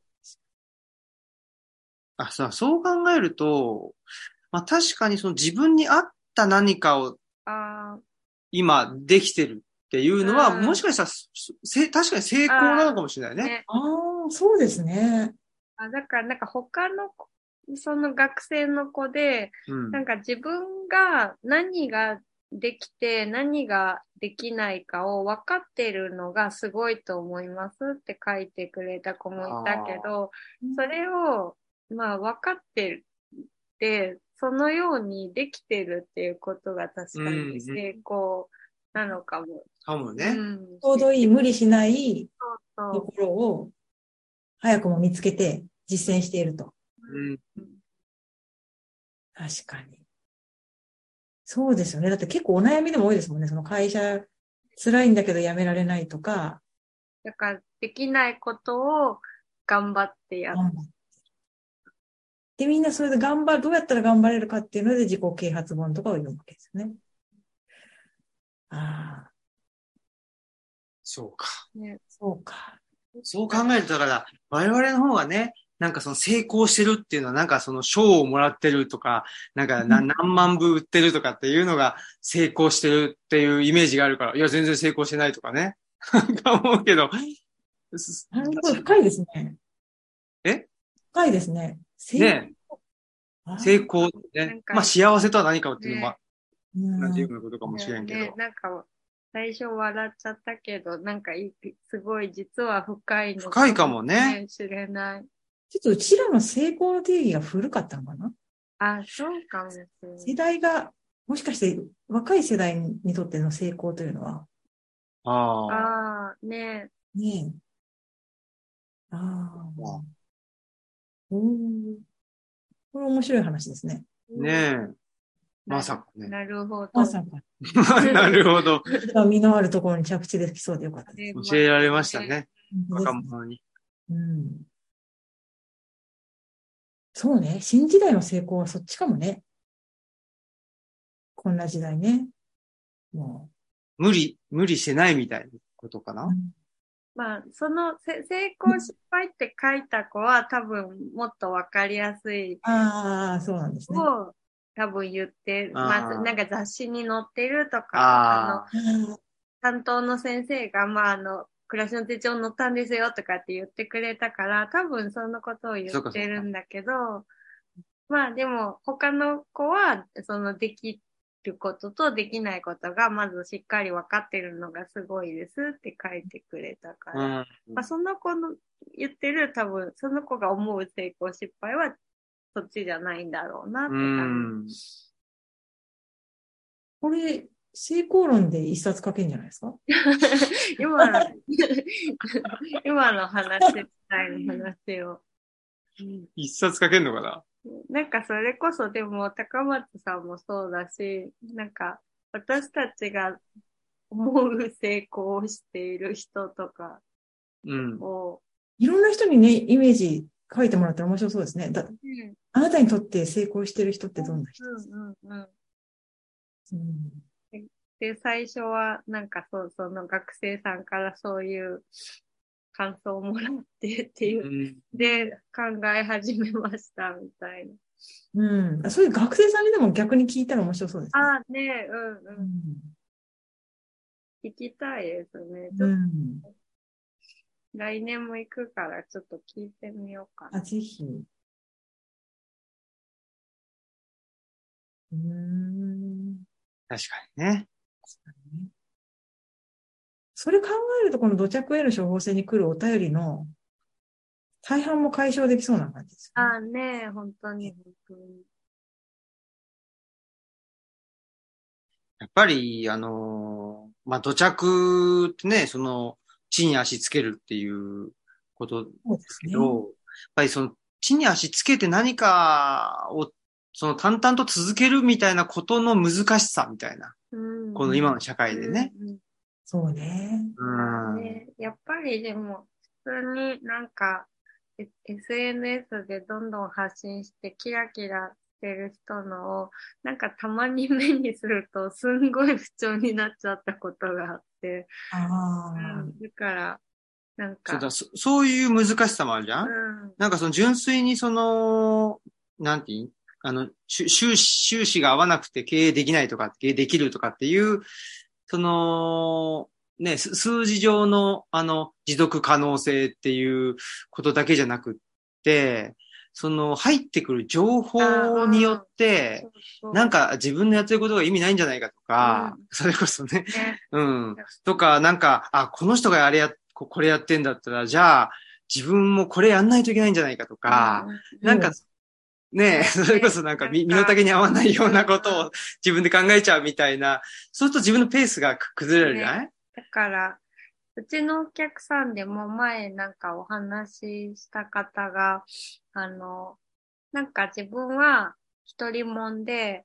あさそう考えると、まあ確かにその自分に合った何かをああ、今できてるっていうのは、うんもしかしたらせ確かに成功なのかもしれないね。ね。ああ、そうですね。あだから、なんか他の子、その学生の子で、うんなんか自分が何ができて何ができないかを分かってるのがすごいと思いますって書いてくれた子もいたけど、それをまあ分かってるって、そのようにできてるっていうことが確かに成功なのかも。かもうね。んちょうどいい、無理しないとそころを、早くも見つけて実践していると。うん。確かに。そうですよね。だって結構お悩みでも多いですもんね。その会社、辛いんだけど辞められないとか、うだからできないことを頑張ってやる。頑張って。で、みんなそれで頑張る、どうやったら頑張れるかっていうので自己啓発本とかを読むわけですよね。ああ、そうか。ねそうか。そう考えると、だから、我々の方がね、なんかその成功してるっていうのは、なんかその賞をもらってるとか、なんかなうん何万部売ってるとかっていうのが成功してるっていうイメージがあるから、いや、全然成功してないとかね。 なんか思うけど。すなるほど、深いですね。え深いですね。成ねあー成功ねなん。かまあ幸せとは何かをっていうのも、ね同じようなことかもしれんけど。ね、なんか、最初笑っちゃったけど、なんかいい、すごい実は深いの深いかもね。知れない。ちょっとうちらの成功の定義が古かったのかなあ、そうかもしれない世。代が、もしかして若い世代にとっての成功というのは、ああ。ああ、ねねえ。ああ。まあおーこれ面白い話ですね。え。ねえ。まさかね。 なるほど。まさか。なるほ ど。身のあるところに着地できそうでよかったです。ね教えられました。ね。本若当ですね者に。うん。そうね。新時代の成功はそっちかもね。こんな時代ね。も。無理、無理してないみたいなことかな。まあ、そのせ成功失敗って書いた子は多分もっとわかりやすいうああ、そうなんですね。あを多分言って、あーまあ、なんか雑誌に載ってるとか、ああ。ー担当の先生が、まあ、あの、暮らしの手帳に載ったんですよとかって言ってくれたから、多分そのことを言そうかっそうてかるんだけど、まあでも他の子は、そのできることとできないことが、まずしっかり分かってるのがすごいですって書いてくれたかうら、ん。まあその子の言ってる多分、その子が思う成功失敗はそっちじゃないんだろうなってう感ん。これ、成功論で一冊書けんじゃないですかじ。 今の、今の話みたいな話を。うん一冊書けんのかななんかそれこそでも高松さんもそうだし、なんか私たちが思う成功をしている人とかうん。を、いろんな人にね、イメージ書いてもらったら面白そうですね。だうんあなたにとって成功してる人ってどんな人、うんうんうん、うんで、最初はなんかそう、その学生さんからそういう感想をもらってっていうう、んで、考え始めましたみたいな。うんあそういう学生さんにでも逆に聞いたら面白そうですね。ああ、ねえ、うんううん。ん聞きたいですね。ちうょっとん、来年も行くからちょっと聞いてみようかあな。ぜひ。うーん。確かにね。それ考えると、この土着への処方箋に来るお便りの大半も解消できそうな感じです、ああねえ、本当に本当に。やっぱり、あのーまあ、土着ってね、その、地に足つけるっていうことだそうですけね。ど、やっぱりその、地に足つけて何かを、その淡々と続けるみたいなことの難しさみたいな、うんこの今の社会でね。。うんうんそうね。うん。ねやっぱりでも、普通になんか、え SNS でどんどん発信してキラキラしてる人のを、なんかたまに目にすると、すんごい不調になっちゃったことがあって、あうあ、んだから、なんそうかだ、、そそういう難しさもあるじゃん、うんなんかその純粋にその、なんていうんあの、収収支、収支が合わなくて経営できないとか、経営できるとかっていう、その、ね、す数字上の、あの、持続可能性っていうことだけじゃなくって、その、入ってくる情報によって、そうそうなんか自分のやってることが意味ないんじゃないかとか、うそれこそね、ね、うん。とか、なんか、あ、この人があれや、ここれやってんだったら、じゃあ、自分もこれやんないといけないんじゃないかとか、うんなんか、ねえ、ねそれこそなんか身身なんのか丈に合わないようなことを自分で考えちゃうみたいな、そうすると自分のペースが崩れるじゃない、だから、うちのお客さんでも前なんかお話しした方が、あの、なんか自分は一人もんで、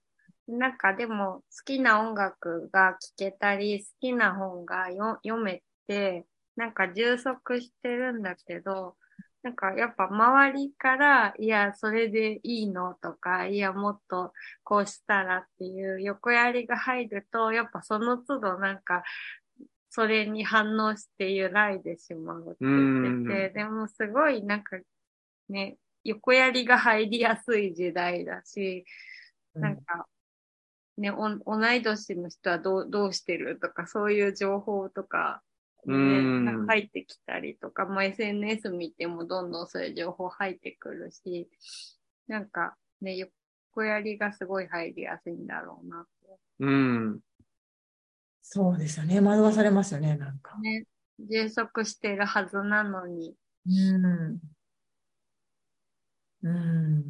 なんかでも好きな音楽が聴けたり、好きな本がよ読めて、なんか充足してるんだけど、なんかやっぱ周りから、いや、それでいいのとか、いや、もっとこうしたらっていう横やりが入ると、やっぱその都度なんか、それに反応して揺らいでしまうって言ってて、でもすごいなんかね、横やりが入りやすい時代だし、うんなんか、ね、おん同い年の人はどうどうしてるとか、そういう情報とか、ね、うんなんか入ってきたりとか、まあ、SNS 見てもどんどんそういう情報入ってくるし、なんかね、よこやりがすごい入りやすいんだろうなって。うん。そうですよね。惑わされますよね、なんか。ね、充足してるはずなのに。うん。うん。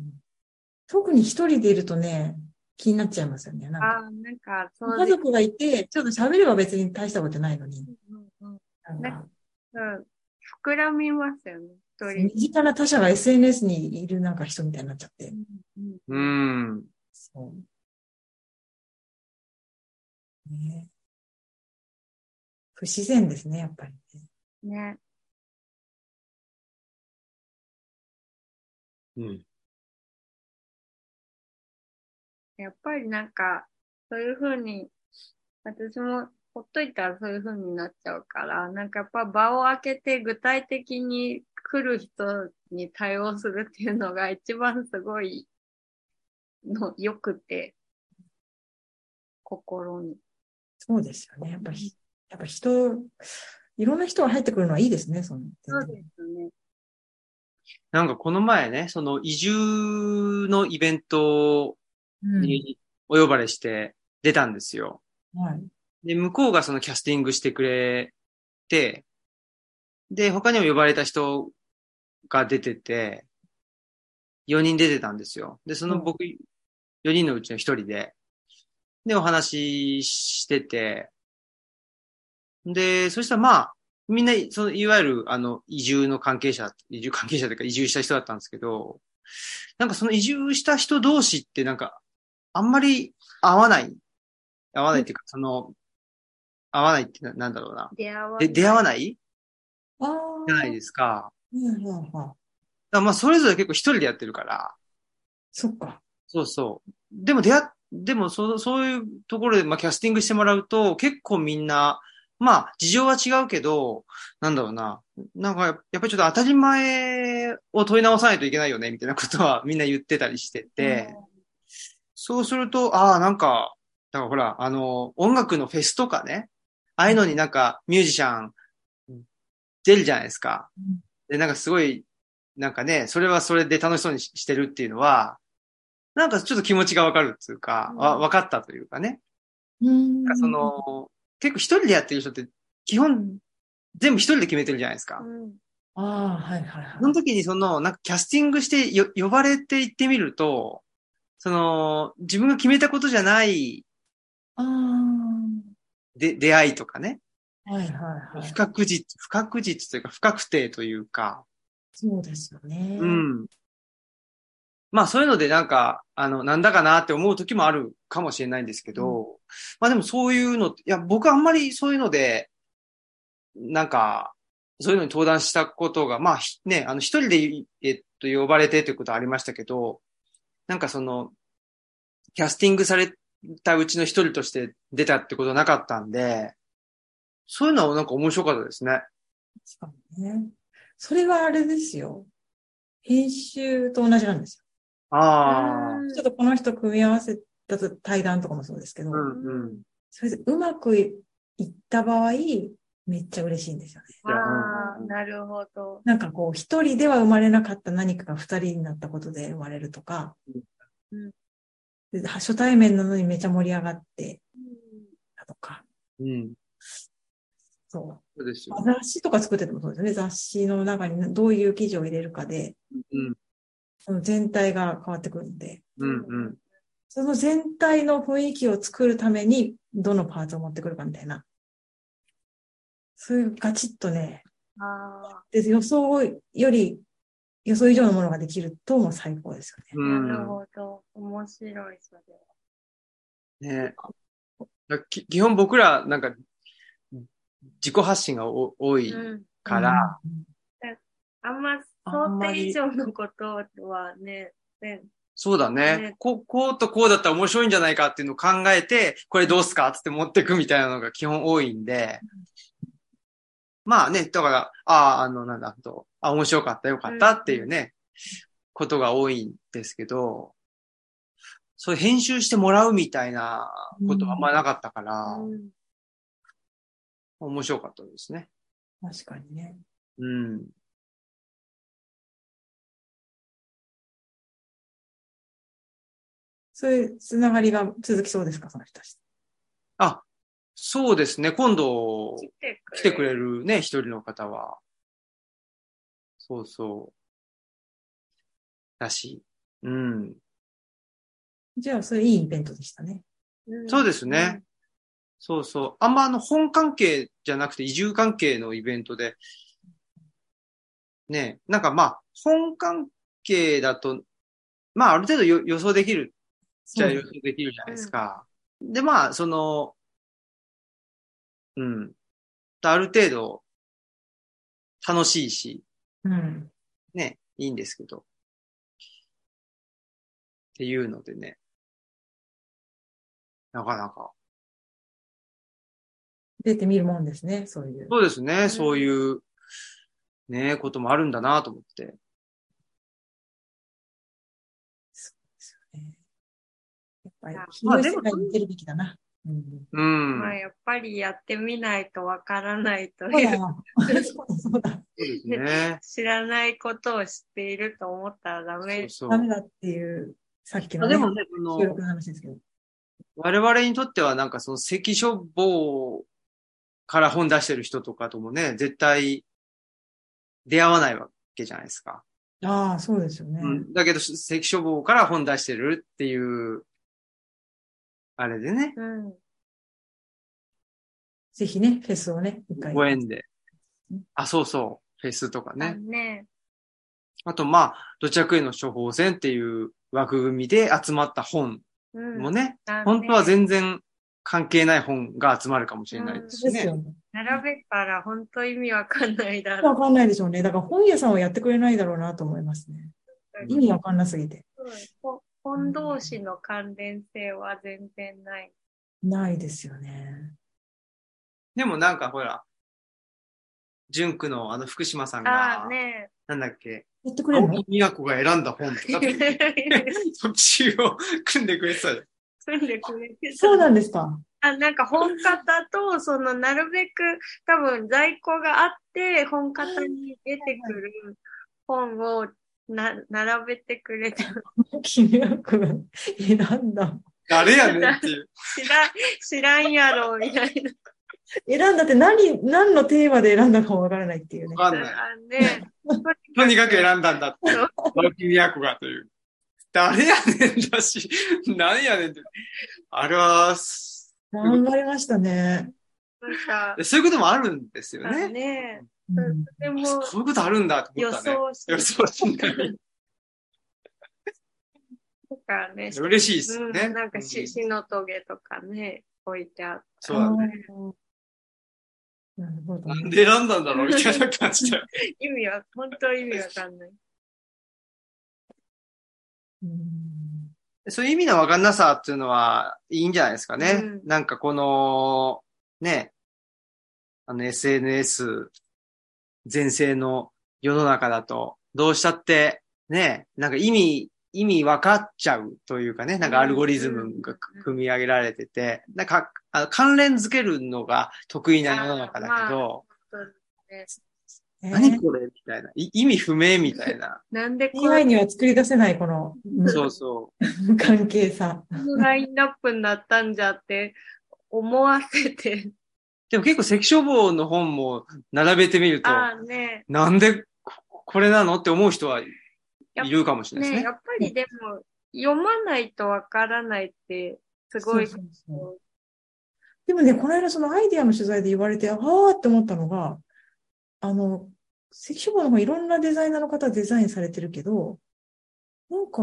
特に一人でいるとね、気になっちゃいますよね。なんかああ、なんか、そう家です。族がいて、ちょっと喋れば別に大したことないのに。うんうんなんかうん、膨らみますよね、一人。身近な他者が SNS にいるなんか人みたいになっちゃって。うんううんん。そう。ね。不自然ですね、やっぱり、ね。ね。うん。やっぱりなんか、そういうふうに、私もほっといたらそういうふうになっちゃうから、なんかやっぱ場を空けて具体的に来る人に対応するっていうのが一番すごいの、良くて、心に。そうですよね。やっぱり、やっぱ人、いろんな人が入ってくるのはいいですね、その。そうですね。なんかこの前ね、その移住のイベントうん。にお呼ばれして出たんですよ。はい。で、向こうがそのキャスティングしてくれて、で、他にも呼ばれた人が出てて、4人出てたんですよ。で、そのうん僕、4人のうちの1人で、で、お話ししてて、で、そしたらまあ、みんな、その、いわゆる、あの、移住の関係者、移住関係者というか移住した人だったんですけど、なんかその移住した人同士ってなんか、あんまり合わない。合わないっていうか、その、合わないってななんだろうな。出会わで、出会わい。ないああ。じゃないですか。うんうんうんだからまあ、それぞれ結構一人でやってるから。そっか。そうそう。でも出会っ、でもそ、そういうところで、まあ、キャスティングしてもらうと、結構みんな、まあ、事情は違うけど、なんだろうな。なんか、やっぱりちょっと当たり前を問い直さないといけないよね、みたいなことはみんな言ってたりしてて。そうすると、ああ、なんか、だからほら、あの、音楽のフェスとかね、ああいうのになんかミュージシャン出るじゃないですかうん。で、なんかすごい、なんかね、それはそれで楽しそうにししてるっていうのは、なんかちょっと気持ちがわかるっていうか、わ、うんわかったというかね。うんなんかそ、の、結構一人でやってる人って、基本、全部一人で決めてるじゃないですか。うんああ、はいはいはい。その時にその、なんかキャスティングしてよ呼ばれて行ってみると、その、自分が決めたことじゃないあで、出会いとかね。あ。はいはいはい不。確実、不確実というか、不確定というか、そうですよね。う。ん。まあそういうのでなんか、あの、なんだかなって思う時もあるかもしれないんですけど、まあでもそういうの、いや、僕あんまりそういうので、なんか、そういうのに登壇したことが、まあひね、あの一人で、えっと、呼ばれてということはありましたけど、なんかその、キャスティングされたうちの一人として出たってことはなかったんで、そういうのはなんか面白かったですね。確かにね。それはあれですよ。編集と同じなんですああ。うんよ。ちょっとこの人組み合わせたと対談とかもそうですけど、うんうん。それでうまくいった場合、めっちゃ嬉しいんですよね。ああ、なるほど。なんかこう、一人では生まれなかった何かが二人になったことで生まれるとか、うんで初対面なのにめっちゃ盛り上がってうんたとか、うん。そう。そうですよまあ。雑誌とか作っててもそうですよね。雑誌の中にどういう記事を入れるかで、うん。その全体が変わってくるんで、うん。うん。その全体の雰囲気を作るために、どのパーツを持ってくるかみたいな。そういうガチッとね、あで予想より、予想以上のものができるともう最高ですよね。あ、う。なんるほど。面白い、それは。ねだき基本僕ら、なんか、自己発信がお多いうん。から、うん。あんまあん想ま定り以上のことはね、ねそうだねね。こう、こうとこうだったら面白いんじゃないかっていうのを考えて、これどうすかつって持ってくみたいなのが基本多いんで、まあね、だから、ああ、あの、なんだ、と、あ、面白かった、よかったっていうね、ことが多いんですけど、そう、編集してもらうみたいなことはあんまなかったから、うん面白かったですね。確かにね。うん。そういうつながりが続きそうですか、その人たち。あ、そうですね。今度、来てくれ来てくれるね、一人の方は。そうそう。だし。うん。じゃあ、それいいイベントでしたね。んそうですね。そうそう。あんまあの、本関係じゃなくて移住関係のイベントで。ねえ、なんかまあ、本関係だと、まあある程度よ予想できるじゃあ予想できるじゃないですか。で、まあ、その、うん。ある程度、楽しいし、うん。ね、いいんですけど。っていうのでね。なかなか。出てみるもんですね、そういう。そうですね、そういう、ね、こともあるんだなと思って。やっぱりあ、まあ広い世界に出るべきだな。うん。うん。まあ、やっぱりやってみないとわからないとそういだう、よ。そうだ、そうだ。そうですね。知らないことを知っていると思ったらダそメう。そうダメだっていう、さっきあの、ね、でもね、その収録の話ですけど。我々にとってはなんかその関書房から本出してる人とかともね、絶対出会わないわけじゃないですか。ああ、そうですよね。うん、だけど関書房から本出してるっていう、あれでね、うん。ぜひね、フェスをね、一回。ご縁で。あ、そうそう、フェスとかあね。ね。あとまあ、土着への処方箋っていう枠組みで集まった本うん。もね、だね本当は全然関係ない本が集まるかもしれないですしでね。すよね。並べたら本当意味わかんないだろわかんないでしょうね。だから本屋さんはやってくれないだろうなと思いますね。うん意味わかんなすぎて。う。ほ本同士の関連性は全然ない。ないですよね。でもなんかほら、純区のあの福島さんあが、あね。なんだっけ、やってくれ青るの木美和子が選んだ本 とか、 特集を組んでくれてたじゃん。組んでくれてたそうなんですか。あ、なんか本方と、その、なるべく、多分在庫があって、本方に出てくる本をな、並べてくれて、君は君、選んだ。誰やねんって いう。知らん、知らんやろ、みたいな。選んだって何、何のテーマで選んだかもわからないっていうね。わかんない。あね、とにかく選んだんだってそう。青木美和子がという。誰やねんだし、なんやねんって。あれは、す頑張りましたね。なんか、そういうこともあるんですよあね。ね、ううんん、でもそういうことあるんだって予思ったね。想して予想してない。とかね、嬉しいですよね。うん、なんかうし、ん死の棘とかね、置いてあって。そうだね。なるほどなんね。で選んだんだろうみたいな感じだよ。意味は、本当意味わかんない。うんそういう意味のわかんなさっていうのはいいんじゃないですかね。うんなんかこの、ね、あの SNS 全盛の世の中だと、どうしたって、ね、なんか意味、意味わかっちゃうというかね、なんかアルゴリズムがうん組み上げられてて、なんかあの関連づけるのが得意な世の中だけど、何ねこれみたいな。い意味不明みたいな。なんでこう AI には作り出せない、この、そうそう。うん 関係さ。このラインナップになったんじゃって思わせて、でも結構関書房の本も並べてみると、ああね、なんでここれなのって思う人はいやっるかもしれないですね。ね、やっぱりでも読まないとわからないってすごいそうそうそうでもね、この間そのアイディアの取材で言われて、ああって思ったのが、あの、関所房の方いろんなデザイナーの方デザインされてるけど、なんか、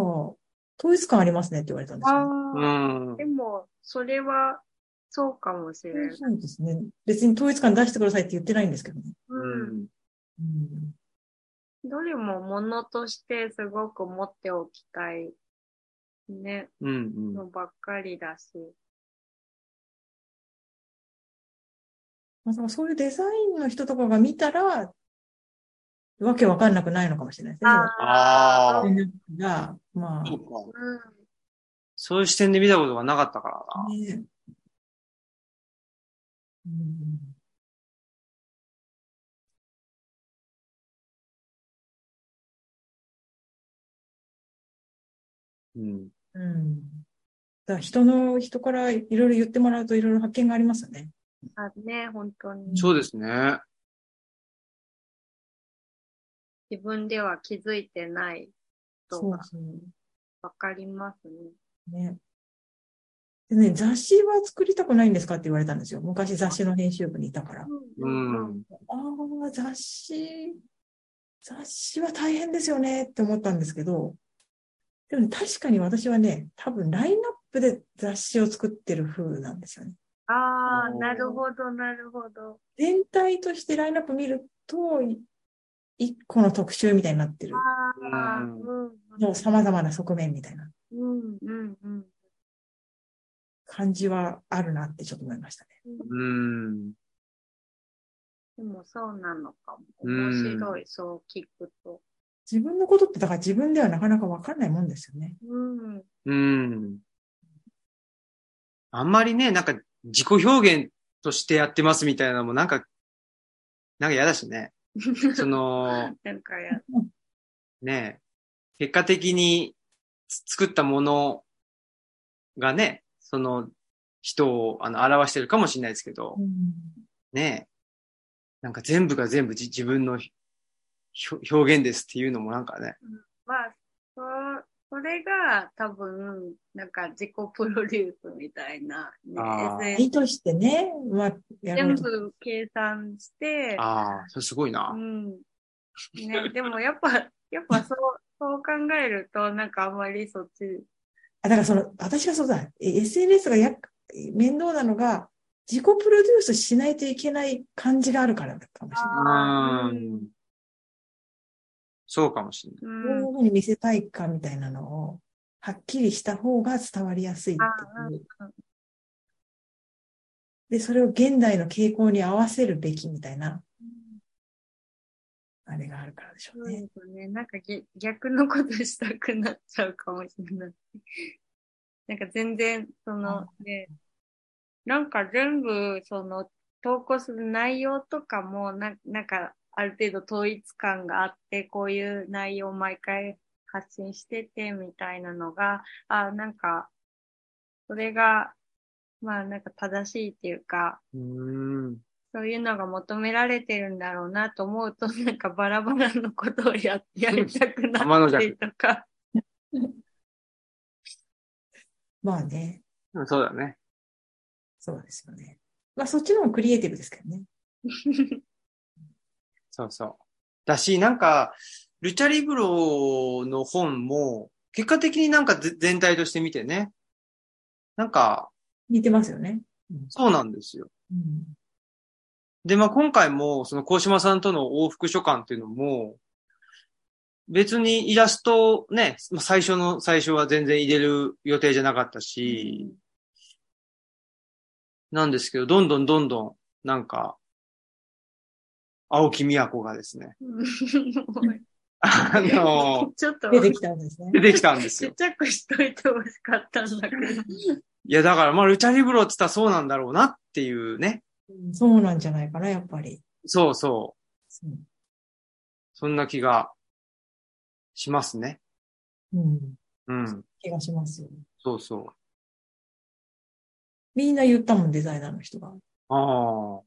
統一感ありますねって言われたんですよ、うああ、ん。でもそれはそうかもしれない。そうですね。別に統一感出してくださいって言ってないんですけどね。うん。うんどれも物としてすごく持っておきたいね、うん。うん。のばっかりだし。まあ、そのそういうデザインの人とかが見たら、わけわかんなくないのかもしれないですね。あーその連絡が、まあ、そうかうんそういう視点で見たことがなかったからな。ねうんうん。うんだから人の、人からいろいろ言ってもらうといろいろ発見がありますよね。あね、本当に。そうですね。自分では気づいてないことそうがそう。わかりますね。ね。でね、雑誌は作りたくないんですかって言われたんですよ。昔雑誌の編集部にいたから。うん。ああ、雑誌、雑誌は大変ですよねって思ったんですけど、でもね、確かに私はね、多分ラインナップで雑誌を作ってる風なんですよね。ああ、おーなるほど、なるほど。全体としてラインナップ見ると、い一個の特集みたいになってる。ああ、ううんん。もう様々な側面みたいなうん、うん、うん。感じはあるなってちょっと思いましたね。うん。でもそうなのかも。うん面白い、そう聞くと。自分のことってだから自分ではなかなかわかんないもんですよね。うん。うん。あんまりね、なんか自己表現としてやってますみたいなのもなんか、なんか嫌だしね。その、なんかや、ね、結果的につ作ったものがね、その人をあの表してるかもしれないですけど、ね、なんか全部が全部じ自分のひ表表現ですっていうのもなんかね、まあ、そそれが多分、なんか自己プロデュースみたいな、ねあー SNS 意図してね、まあ、や全る部計算して、ああ、それすごいなう。ん。ね、でもやっぱ、やっぱそう、そう考えると、なんかあんまりそっち、あ、だからその、私がそうだ、え SNS がやっ面倒なのが、自己プロデュースしないといけない感じがあるからかもしれない。あーうんそうかもしれない。う、どういうんふうに見せたいかみたいなのを、はっきりした方が伝わりやすいっていうあーうん。で、それを現代の傾向に合わせるべきみたいな、あれがあるからでしょそううね。ですね。なんかぎ逆のことしたくなっちゃうかもしれない。 なんか全然、そのね、なんか全部、その、投稿する内容とかも、ななんか、ある程度統一感があって、こういう内容を毎回発信してて、みたいなのが、あ、なんか、それが、まあなんか正しいっていうか、うん。そういうのが求められてるんだろうなと思うと、 なんかバラバラのことをややりたくな天のった弱りとか。まあね、うんそうだね。そうですよね。まあそっちの方がクリエイティブですけどね。そうそう。だし、なんか、ルチャリブロの本も、結果的になんかぜ全体として見てね。なんか、似てますよね。そうなんですよ。うん。で、まあ今回も、その、高島さんとの往復書簡っていうのも、別にイラストをね、まあ最初の最初は全然入れる予定じゃなかったし、なんですけど、どんどんどんどん、なんか、青木都がですね、 あの、ちょっと、出てちきたんですね出。てきたんですよっ。ちゃくしといてほしかったんだけど。いや、だから、まあ、ルチャリブロって言ったらそうなんだろうなっていうね。うんそうなんじゃないかな、やっぱり。そうそう。そうそんな気がしますね。うん。うん。気がしますよ。そうそみんな言ったもん、デザイナーの人が。う。あ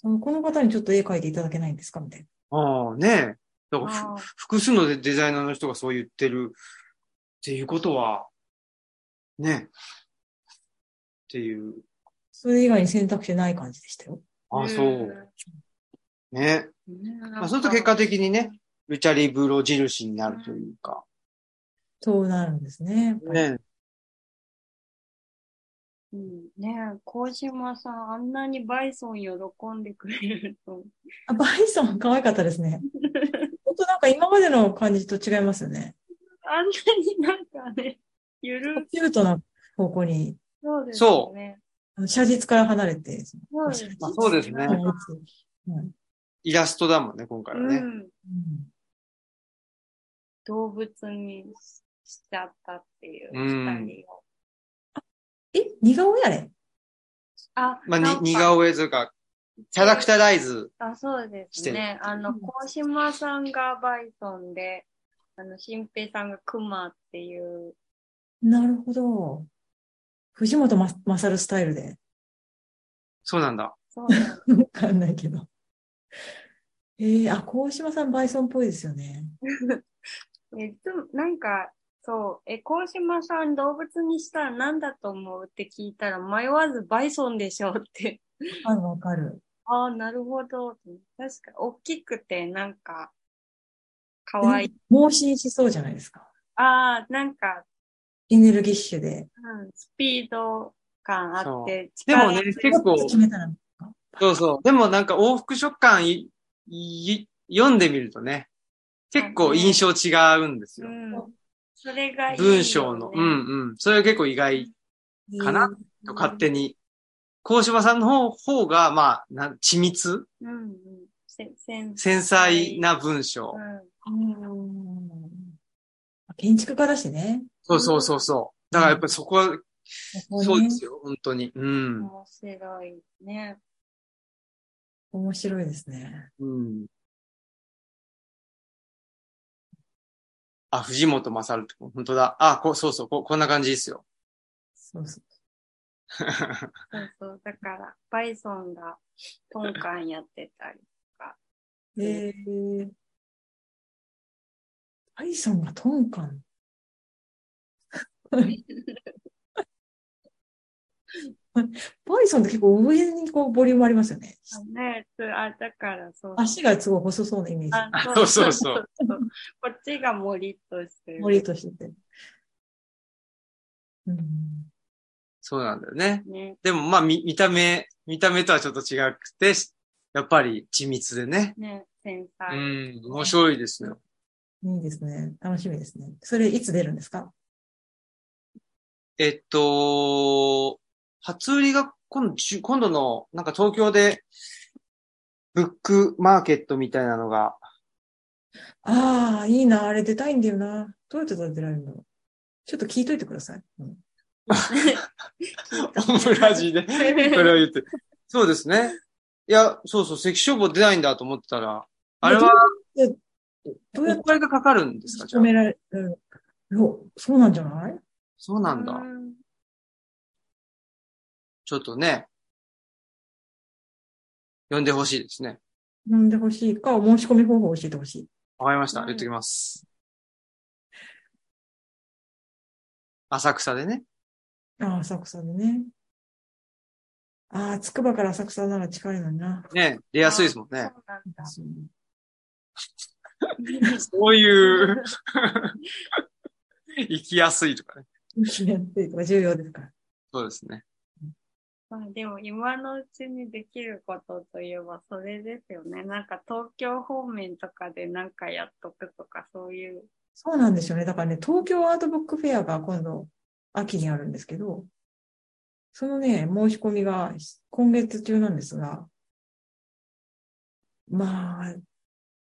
そのこの方にちょっと絵描いていただけないんですかみたいな。あ。ああ、ねえ。だからあふ、複数のデデザイナーの人がそう言ってるっていうことは、ねえ。っていう。それ以外に選択肢ない感じでしたよ。ああ、そう。。ねえ。ままあ、そうすると結果的にね、ルチャリブロ印になるというか。そうなるんですね。やっぱりねうんねえ、高島さん、あんなにバイソン喜んでくれると。あバイソン可愛かったですね。本当なんか今までの感じと違いますよね。あんなになんかね、ゆるキュートな方向に、そうですそね。あの写実から離れて、そうですまあそうですねあのやつうんイラストだもんね、今回はうね。ん。うん動物にししちゃったっていう、うん二人を。え、似顔絵あれあ、まあ、なにんか似顔絵というか、キャラクターライズ。あ、そうでしすてるね。あの、うん高島さんがバイソンで、あの、新平さんがクマっていう、なるほど。藤本ま勝るスタイルで。そうなんだ。そうなん だ。わかんないけど。ええあ、鴻島さんバイソンっぽいですよね。えっと、なんか、そう、え、鴻島さん動物にしたら何だと思うって聞いたら迷わずバイソンでしょうって。わかるわかる。 ああ、なるほど。確か、大きくて、なんか、かわい い。盲信しそうじゃないですか。ああ、なんか、エネルギッシュで。うん、スピード感あって、で力もね、結構ちょっと、決めたら。そうそう。でもなんか往復書簡いい読んでみるとね、結構印象違うんですよう。ん、それがいいよね、文章の。うんうん。それは結構意外かなと勝手に。鴻島さんの方方が、まあ、な緻密、うんうん。せ繊繊細な文章。う。うん建築家だしね。そうそうそうそう。だからやっぱりそこは、そうですよ。よ、本当に。うんん。面白いね。面白いですね。うん。あ、藤本勝って、本当だ。あ、こそうそうこ、こんな感じですよ。そうそう。そうそう。だから、バイソンがトンカンやってたり。えー、バイソンがトンカン。バイソンって結構上にこうボリュームありますよね。あねつあ、だからそう。足がすごい細そうなイメージ。あそうそうそう。そうこっちがもりっとしてる。森としてて。うん、 そうなんだよね。ね。でも、まあ、見、見た目、見た目とはちょっと違くて、しやっぱり緻密でね。ね、繊う細。ん、面白いですね。いいですね。楽しみですね。それいつ出るんですかえっと、初売りが今度、じゅ今度の、なんか東京で、ブックマーケットみたいなの が、ああ、いいな。あれ出たいんだよな。どうやって出られるんだろう。ちょっと聞いといてください。うんオムラジで、 それを言って。そうですね。いや、そうそう、関消防出ないんだと思ってたら、あれは、どおうやって金がかかるんですかじ止ゃあ。められるよそうなんじゃないそうなんだ。うんちょっとね、読んでほしいですね。飲んでほしいか、申し込み方法を教えてほしい。わかりました。うん言っときます。浅草でね。ああ、浅草でね。ああ、つくばから浅草なら近いのにな。ね、出やすいですもんね。そうなんだ。 そうそういう、 行きやすいとかね。決めやすいとか重要ですから。そうですね。まあでも今のうちにできることといえばそれですよね。なんか東京方面とかでなんかやっとくとかそういう。そうなんですよね。だからね、東京アートブックフェアが今度、秋にあるんですけど、そのね、申し込みが今月中なんですが、まあ、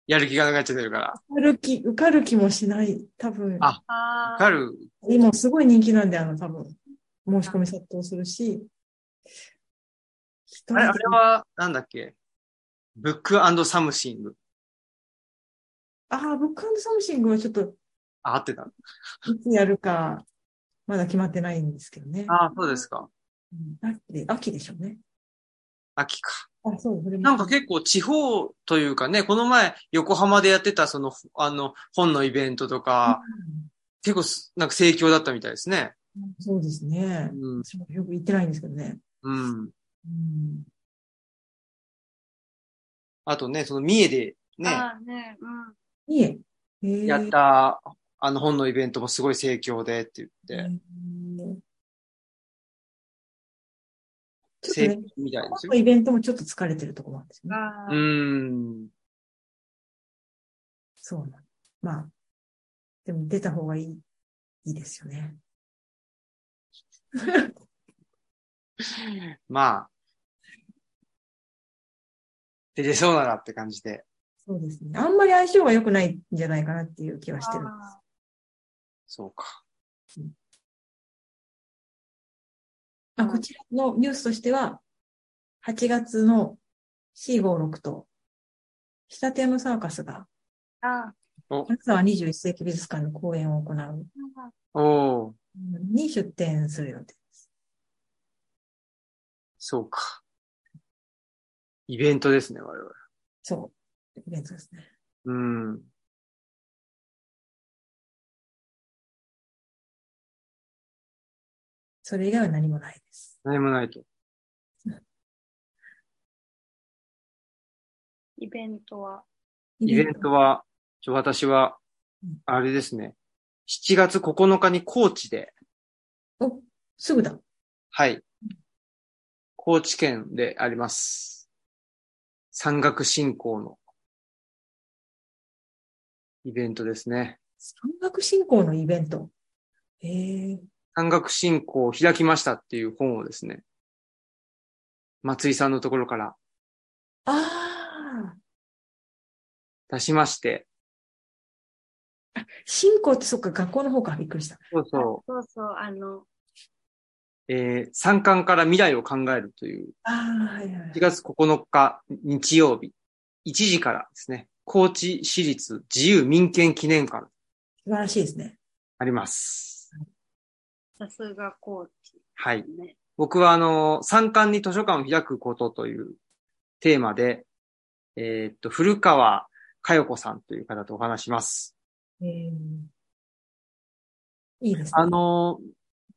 やる気がなくなっちゃってるから。受かる気、受かる気もしない、多分。ああわあか。る。今すごい人気なんで、あの、多分、申し込み殺到するし。あれあれは、なんだっけブックサムシング。ああ、ブックサムシングはちょっと、あ、合ってた。いつやるか、まだ決まってないんですけどね。あ、そうですか。うん秋で、秋でしょうね。秋か。あ、そう、それもなんか結構地方というかね、この前横浜でやってたその、あの、本のイベントとか、結構すなんか盛況だったみたいですね。うんそうですね。うん。私もよく行ってないんですけどね。うん。うん、あとね、その三重でね、ああね、うん。いえ。えーやっ。た、あの本のイベントもすごい盛況でってえ言って、ーちょ盛っと況ね、みたいでこすよの。イベントもちょっと疲れてるところなんですよね。あうあ、ん。そうなの。まあ、でも出た方がいい、いいですよね。まあ。で、出そうならって感じで。そうですね。あんまり相性が良くないんじゃないかなっていう気はしてる。あそうか。あこちらのニュースとしては、8月の C56 と、北テームサーカスが、ああ金沢21世紀美術館の公演を行う、あ、おーに出展する予定です。そうか。イベントですね、我々。そう。イベントですね。うん。それ以外は何もないです。何もないと。イベントは。イベントは、ちょ私はうん、あれですね。7月9日に高知で、お、すぐだ。はい。高知県であります。山岳振興のイベントですね。山岳振興のイベント。ええ山岳振興を開きましたっていう本をですね、松井さんのところからああ、出しまして、振興ってそっか、学校の方からびっくりした。そうそそうそう、あの、う、えー、山間から未来を考えるというああ、はいはい1。月9日日曜日、1時からですね、高知市立自由民権記念館素晴らしいですね。あります。さすがコーチはい。ね。僕はあの、山間に図書館を開くことというテーマで、えーっと、古川佳代子さんという方とお話します。ええいいですね。あの、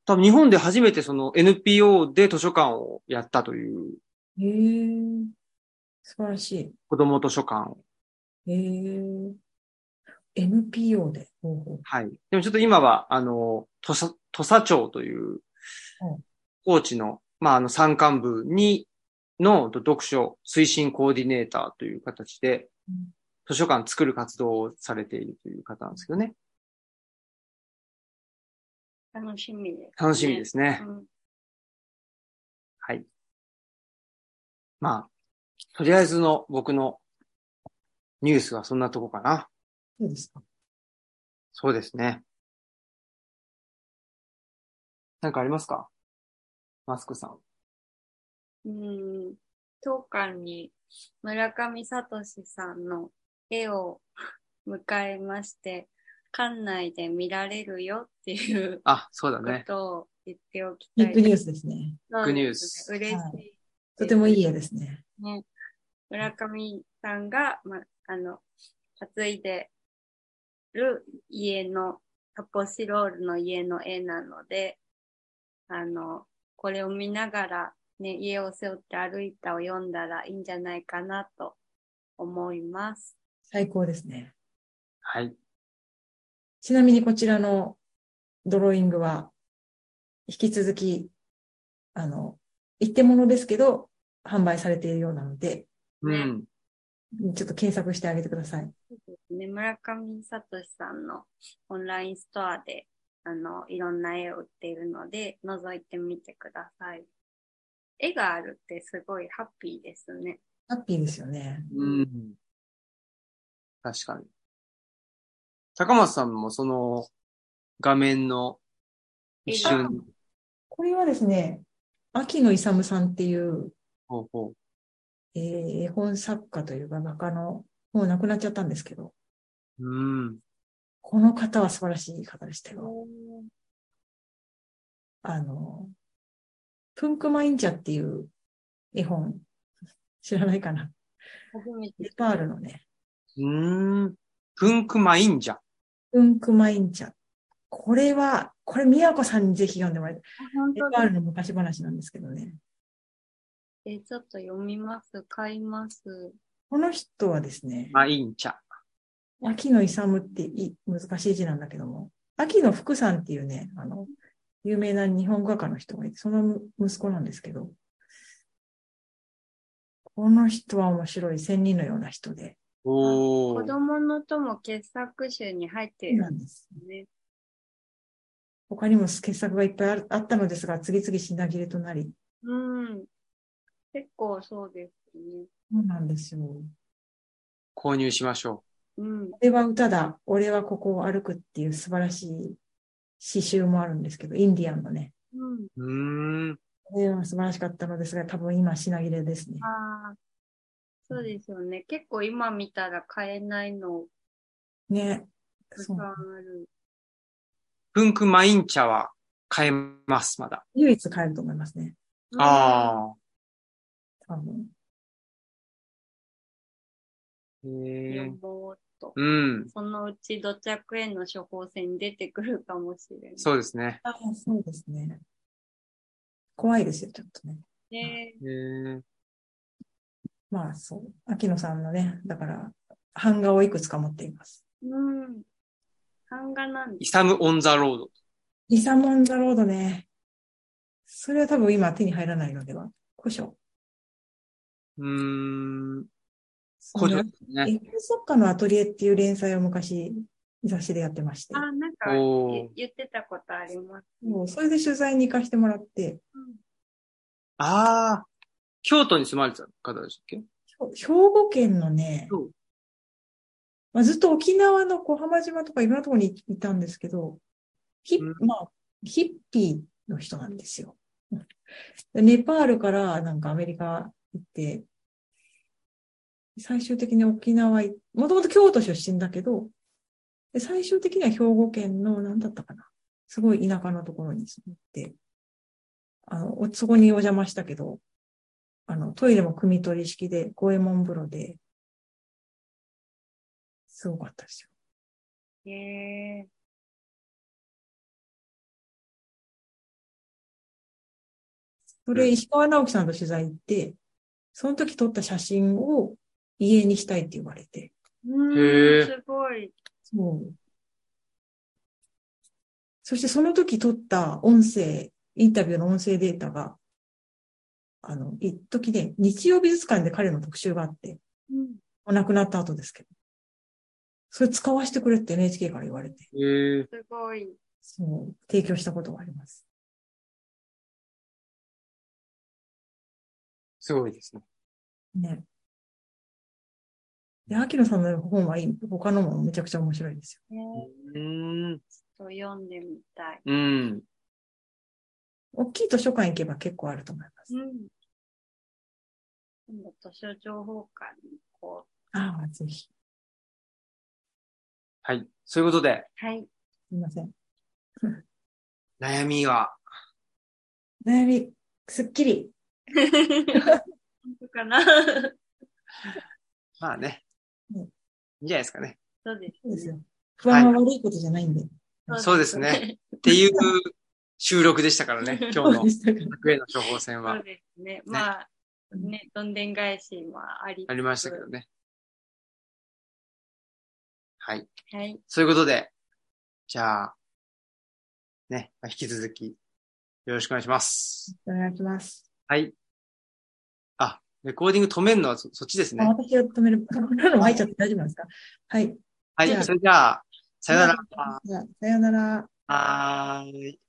多分日本で初めてその NPO で図書館をやったというええ素晴らしい。子供図書館を。ええ NPO で。ほうほうはい。でもちょっと今は、あの、土佐、土佐町といううん、高知の、まあ、あの、山間部に、の読書推進コーディネーターという形でうん、図書館作る活動をされているという方なんですけどね。楽しみです、。楽しみですすね。うん、はい。まあ、とりあえずの僕のニュースはそんなとこかな。そうですか。そうですね。なんかありますかマスクさん。うん、当館に村上聡さんの絵を迎えまして、館内で見られるよっていうあ、そうだこね。とを言っておきたビいッグニュースですね。そッうですねグニュース嬉しい、はとてもいい絵ですね。ね。村上さんが、ま、あの、担いでる家の、タポシロールの家の絵なので、あの、これを見ながら、ね、家を背負って歩いたを読んだらいいんじゃないかなと思います。最高ですね。はい。ちなみにこちらのドローイングは、引き続き、あの、一点物ですけど、販売されているようなので、うん。ちょっと検索してあげてください。ね、村上聡さんのオンラインストアで、あの、いろんな絵を売っているので、覗いてみてください。絵があるってすごいハッピーですね。ハッピーですよね。うん。確かに。高松さんもその画面の一瞬に、これはですね、秋野勇さんっていう、ほうほうえー絵本作家というか画家の、もう亡くなっちゃったんですけど、うん。この方は素晴らしい方でしたよ。あの、プンクマインチャっていう絵本、知らないかな。初めてネパールのね、うん。プンクマインジャ。プンクマインチャ。これは、これ、宮子さんにぜひ読んでもらいたい。本ネ当パーだルの昔話なんですけどね。え、ちょっと読みます。買います。この人はですね、マインチャ。秋野勇ってい難しい字なんだけども、秋野福さんっていうね、あの、有名な日本画家の人がいて、その息子なんですけど、この人は面白い、仙人のような人で、お子ー。供の友傑作集に入ってるんなでんです。すね。他にも傑作がいっぱいあるあったのですが、次々品切れとなり、うん。結構そうですね。そうなんですよ。購入しましょうん。俺は歌だ、俺はここを歩くっていう素晴らしい詩集もあるんですけど、インディアンのね。うん。う。うん。これは素晴らしかったのですが、多分今品切れですね。ああ。そうですよね。結構今見たら買えないのね。たくそさんうある。プンクマインチャは買えます、まだ。唯一買えると思いますね。ああ。多分。へ予え。防と。うん。そのうち土着への処方箋に出てくるかもしれない。そうですね。あそうですね。怖いですよ、ちょっとね。ね。へえ。まあそう。秋野さんのね、だから、版画をいくつか持っています。うん。版画なんでイす。サム・オン・ザ・ロード。リサモンザロードね。それは多分今手に入らないのでは。古書。うーん。そ古の書絵ですね。本作家のアトリエっていう連載を昔雑誌でやってまして。あ、なんかおーゆ言ってたことあります。もうそれで取材に行かせてもらって、ああ。京都に住まれてた方でしたっけ兵庫県のねそう、まあ、ずっと沖縄の小浜島とかいろんなところにいたんですけど、ヒッ,、うんまあ、ヒッピーの人なんですよ。でネパールからなんかアメリカ行って、最終的に沖縄行っ、もともと京都出身だけど、で最終的には兵庫県の何だったかな。すごい田舎のところに住んで、あの、おそこにお邪魔したけど、あの、トイレも汲み取り式で、五右衛門風呂で、すごかったですよ。へえ。そうれ、ん石川直樹さんと取材行って、その時撮った写真を家にしたいって言われて、へうーん、すごい。そう。そしてその時撮った音声、インタビューの音声データが、あの、一時ね、日曜美術館で彼の特集があって、うんお亡くなった後ですけど、それ使わせてくれって NHK から言われて、へえ。すごい。そう、提供したことがあります。すごいですね。ね。で、秋野さんの本はいい。他のもめちゃくちゃ面白いですねうーん。ちょっと読んでみたい。うん。よ。大きい図書館行けば結構あると思います。うん。今度図書情報館に行こああ、ぜひ。すはい。そういうことで、う。はい。みません。悩みは、悩み、すっきり。本当 かなまあね。うんいいんじゃないですかね。そうですそうですね。よ。不安は悪いことじゃないんで。そうですね。っていう収録でしたから ね、今そう日のでしたか楽園の処方箋そうはですね。まあ、ね、どんでん返しもありつつありましたけどね。はい。はい。そういうことで、じゃあ、ね、まあ引き続き、よろしくお願いします。 お願いします。はい。あ、レコーディング止めるのはそそっちですあね。私が止める。 こんなの入っちゃって大丈夫なんですかはい。はじゃあい。それじゃあ、さよなら。じゃあさよなら。はーい。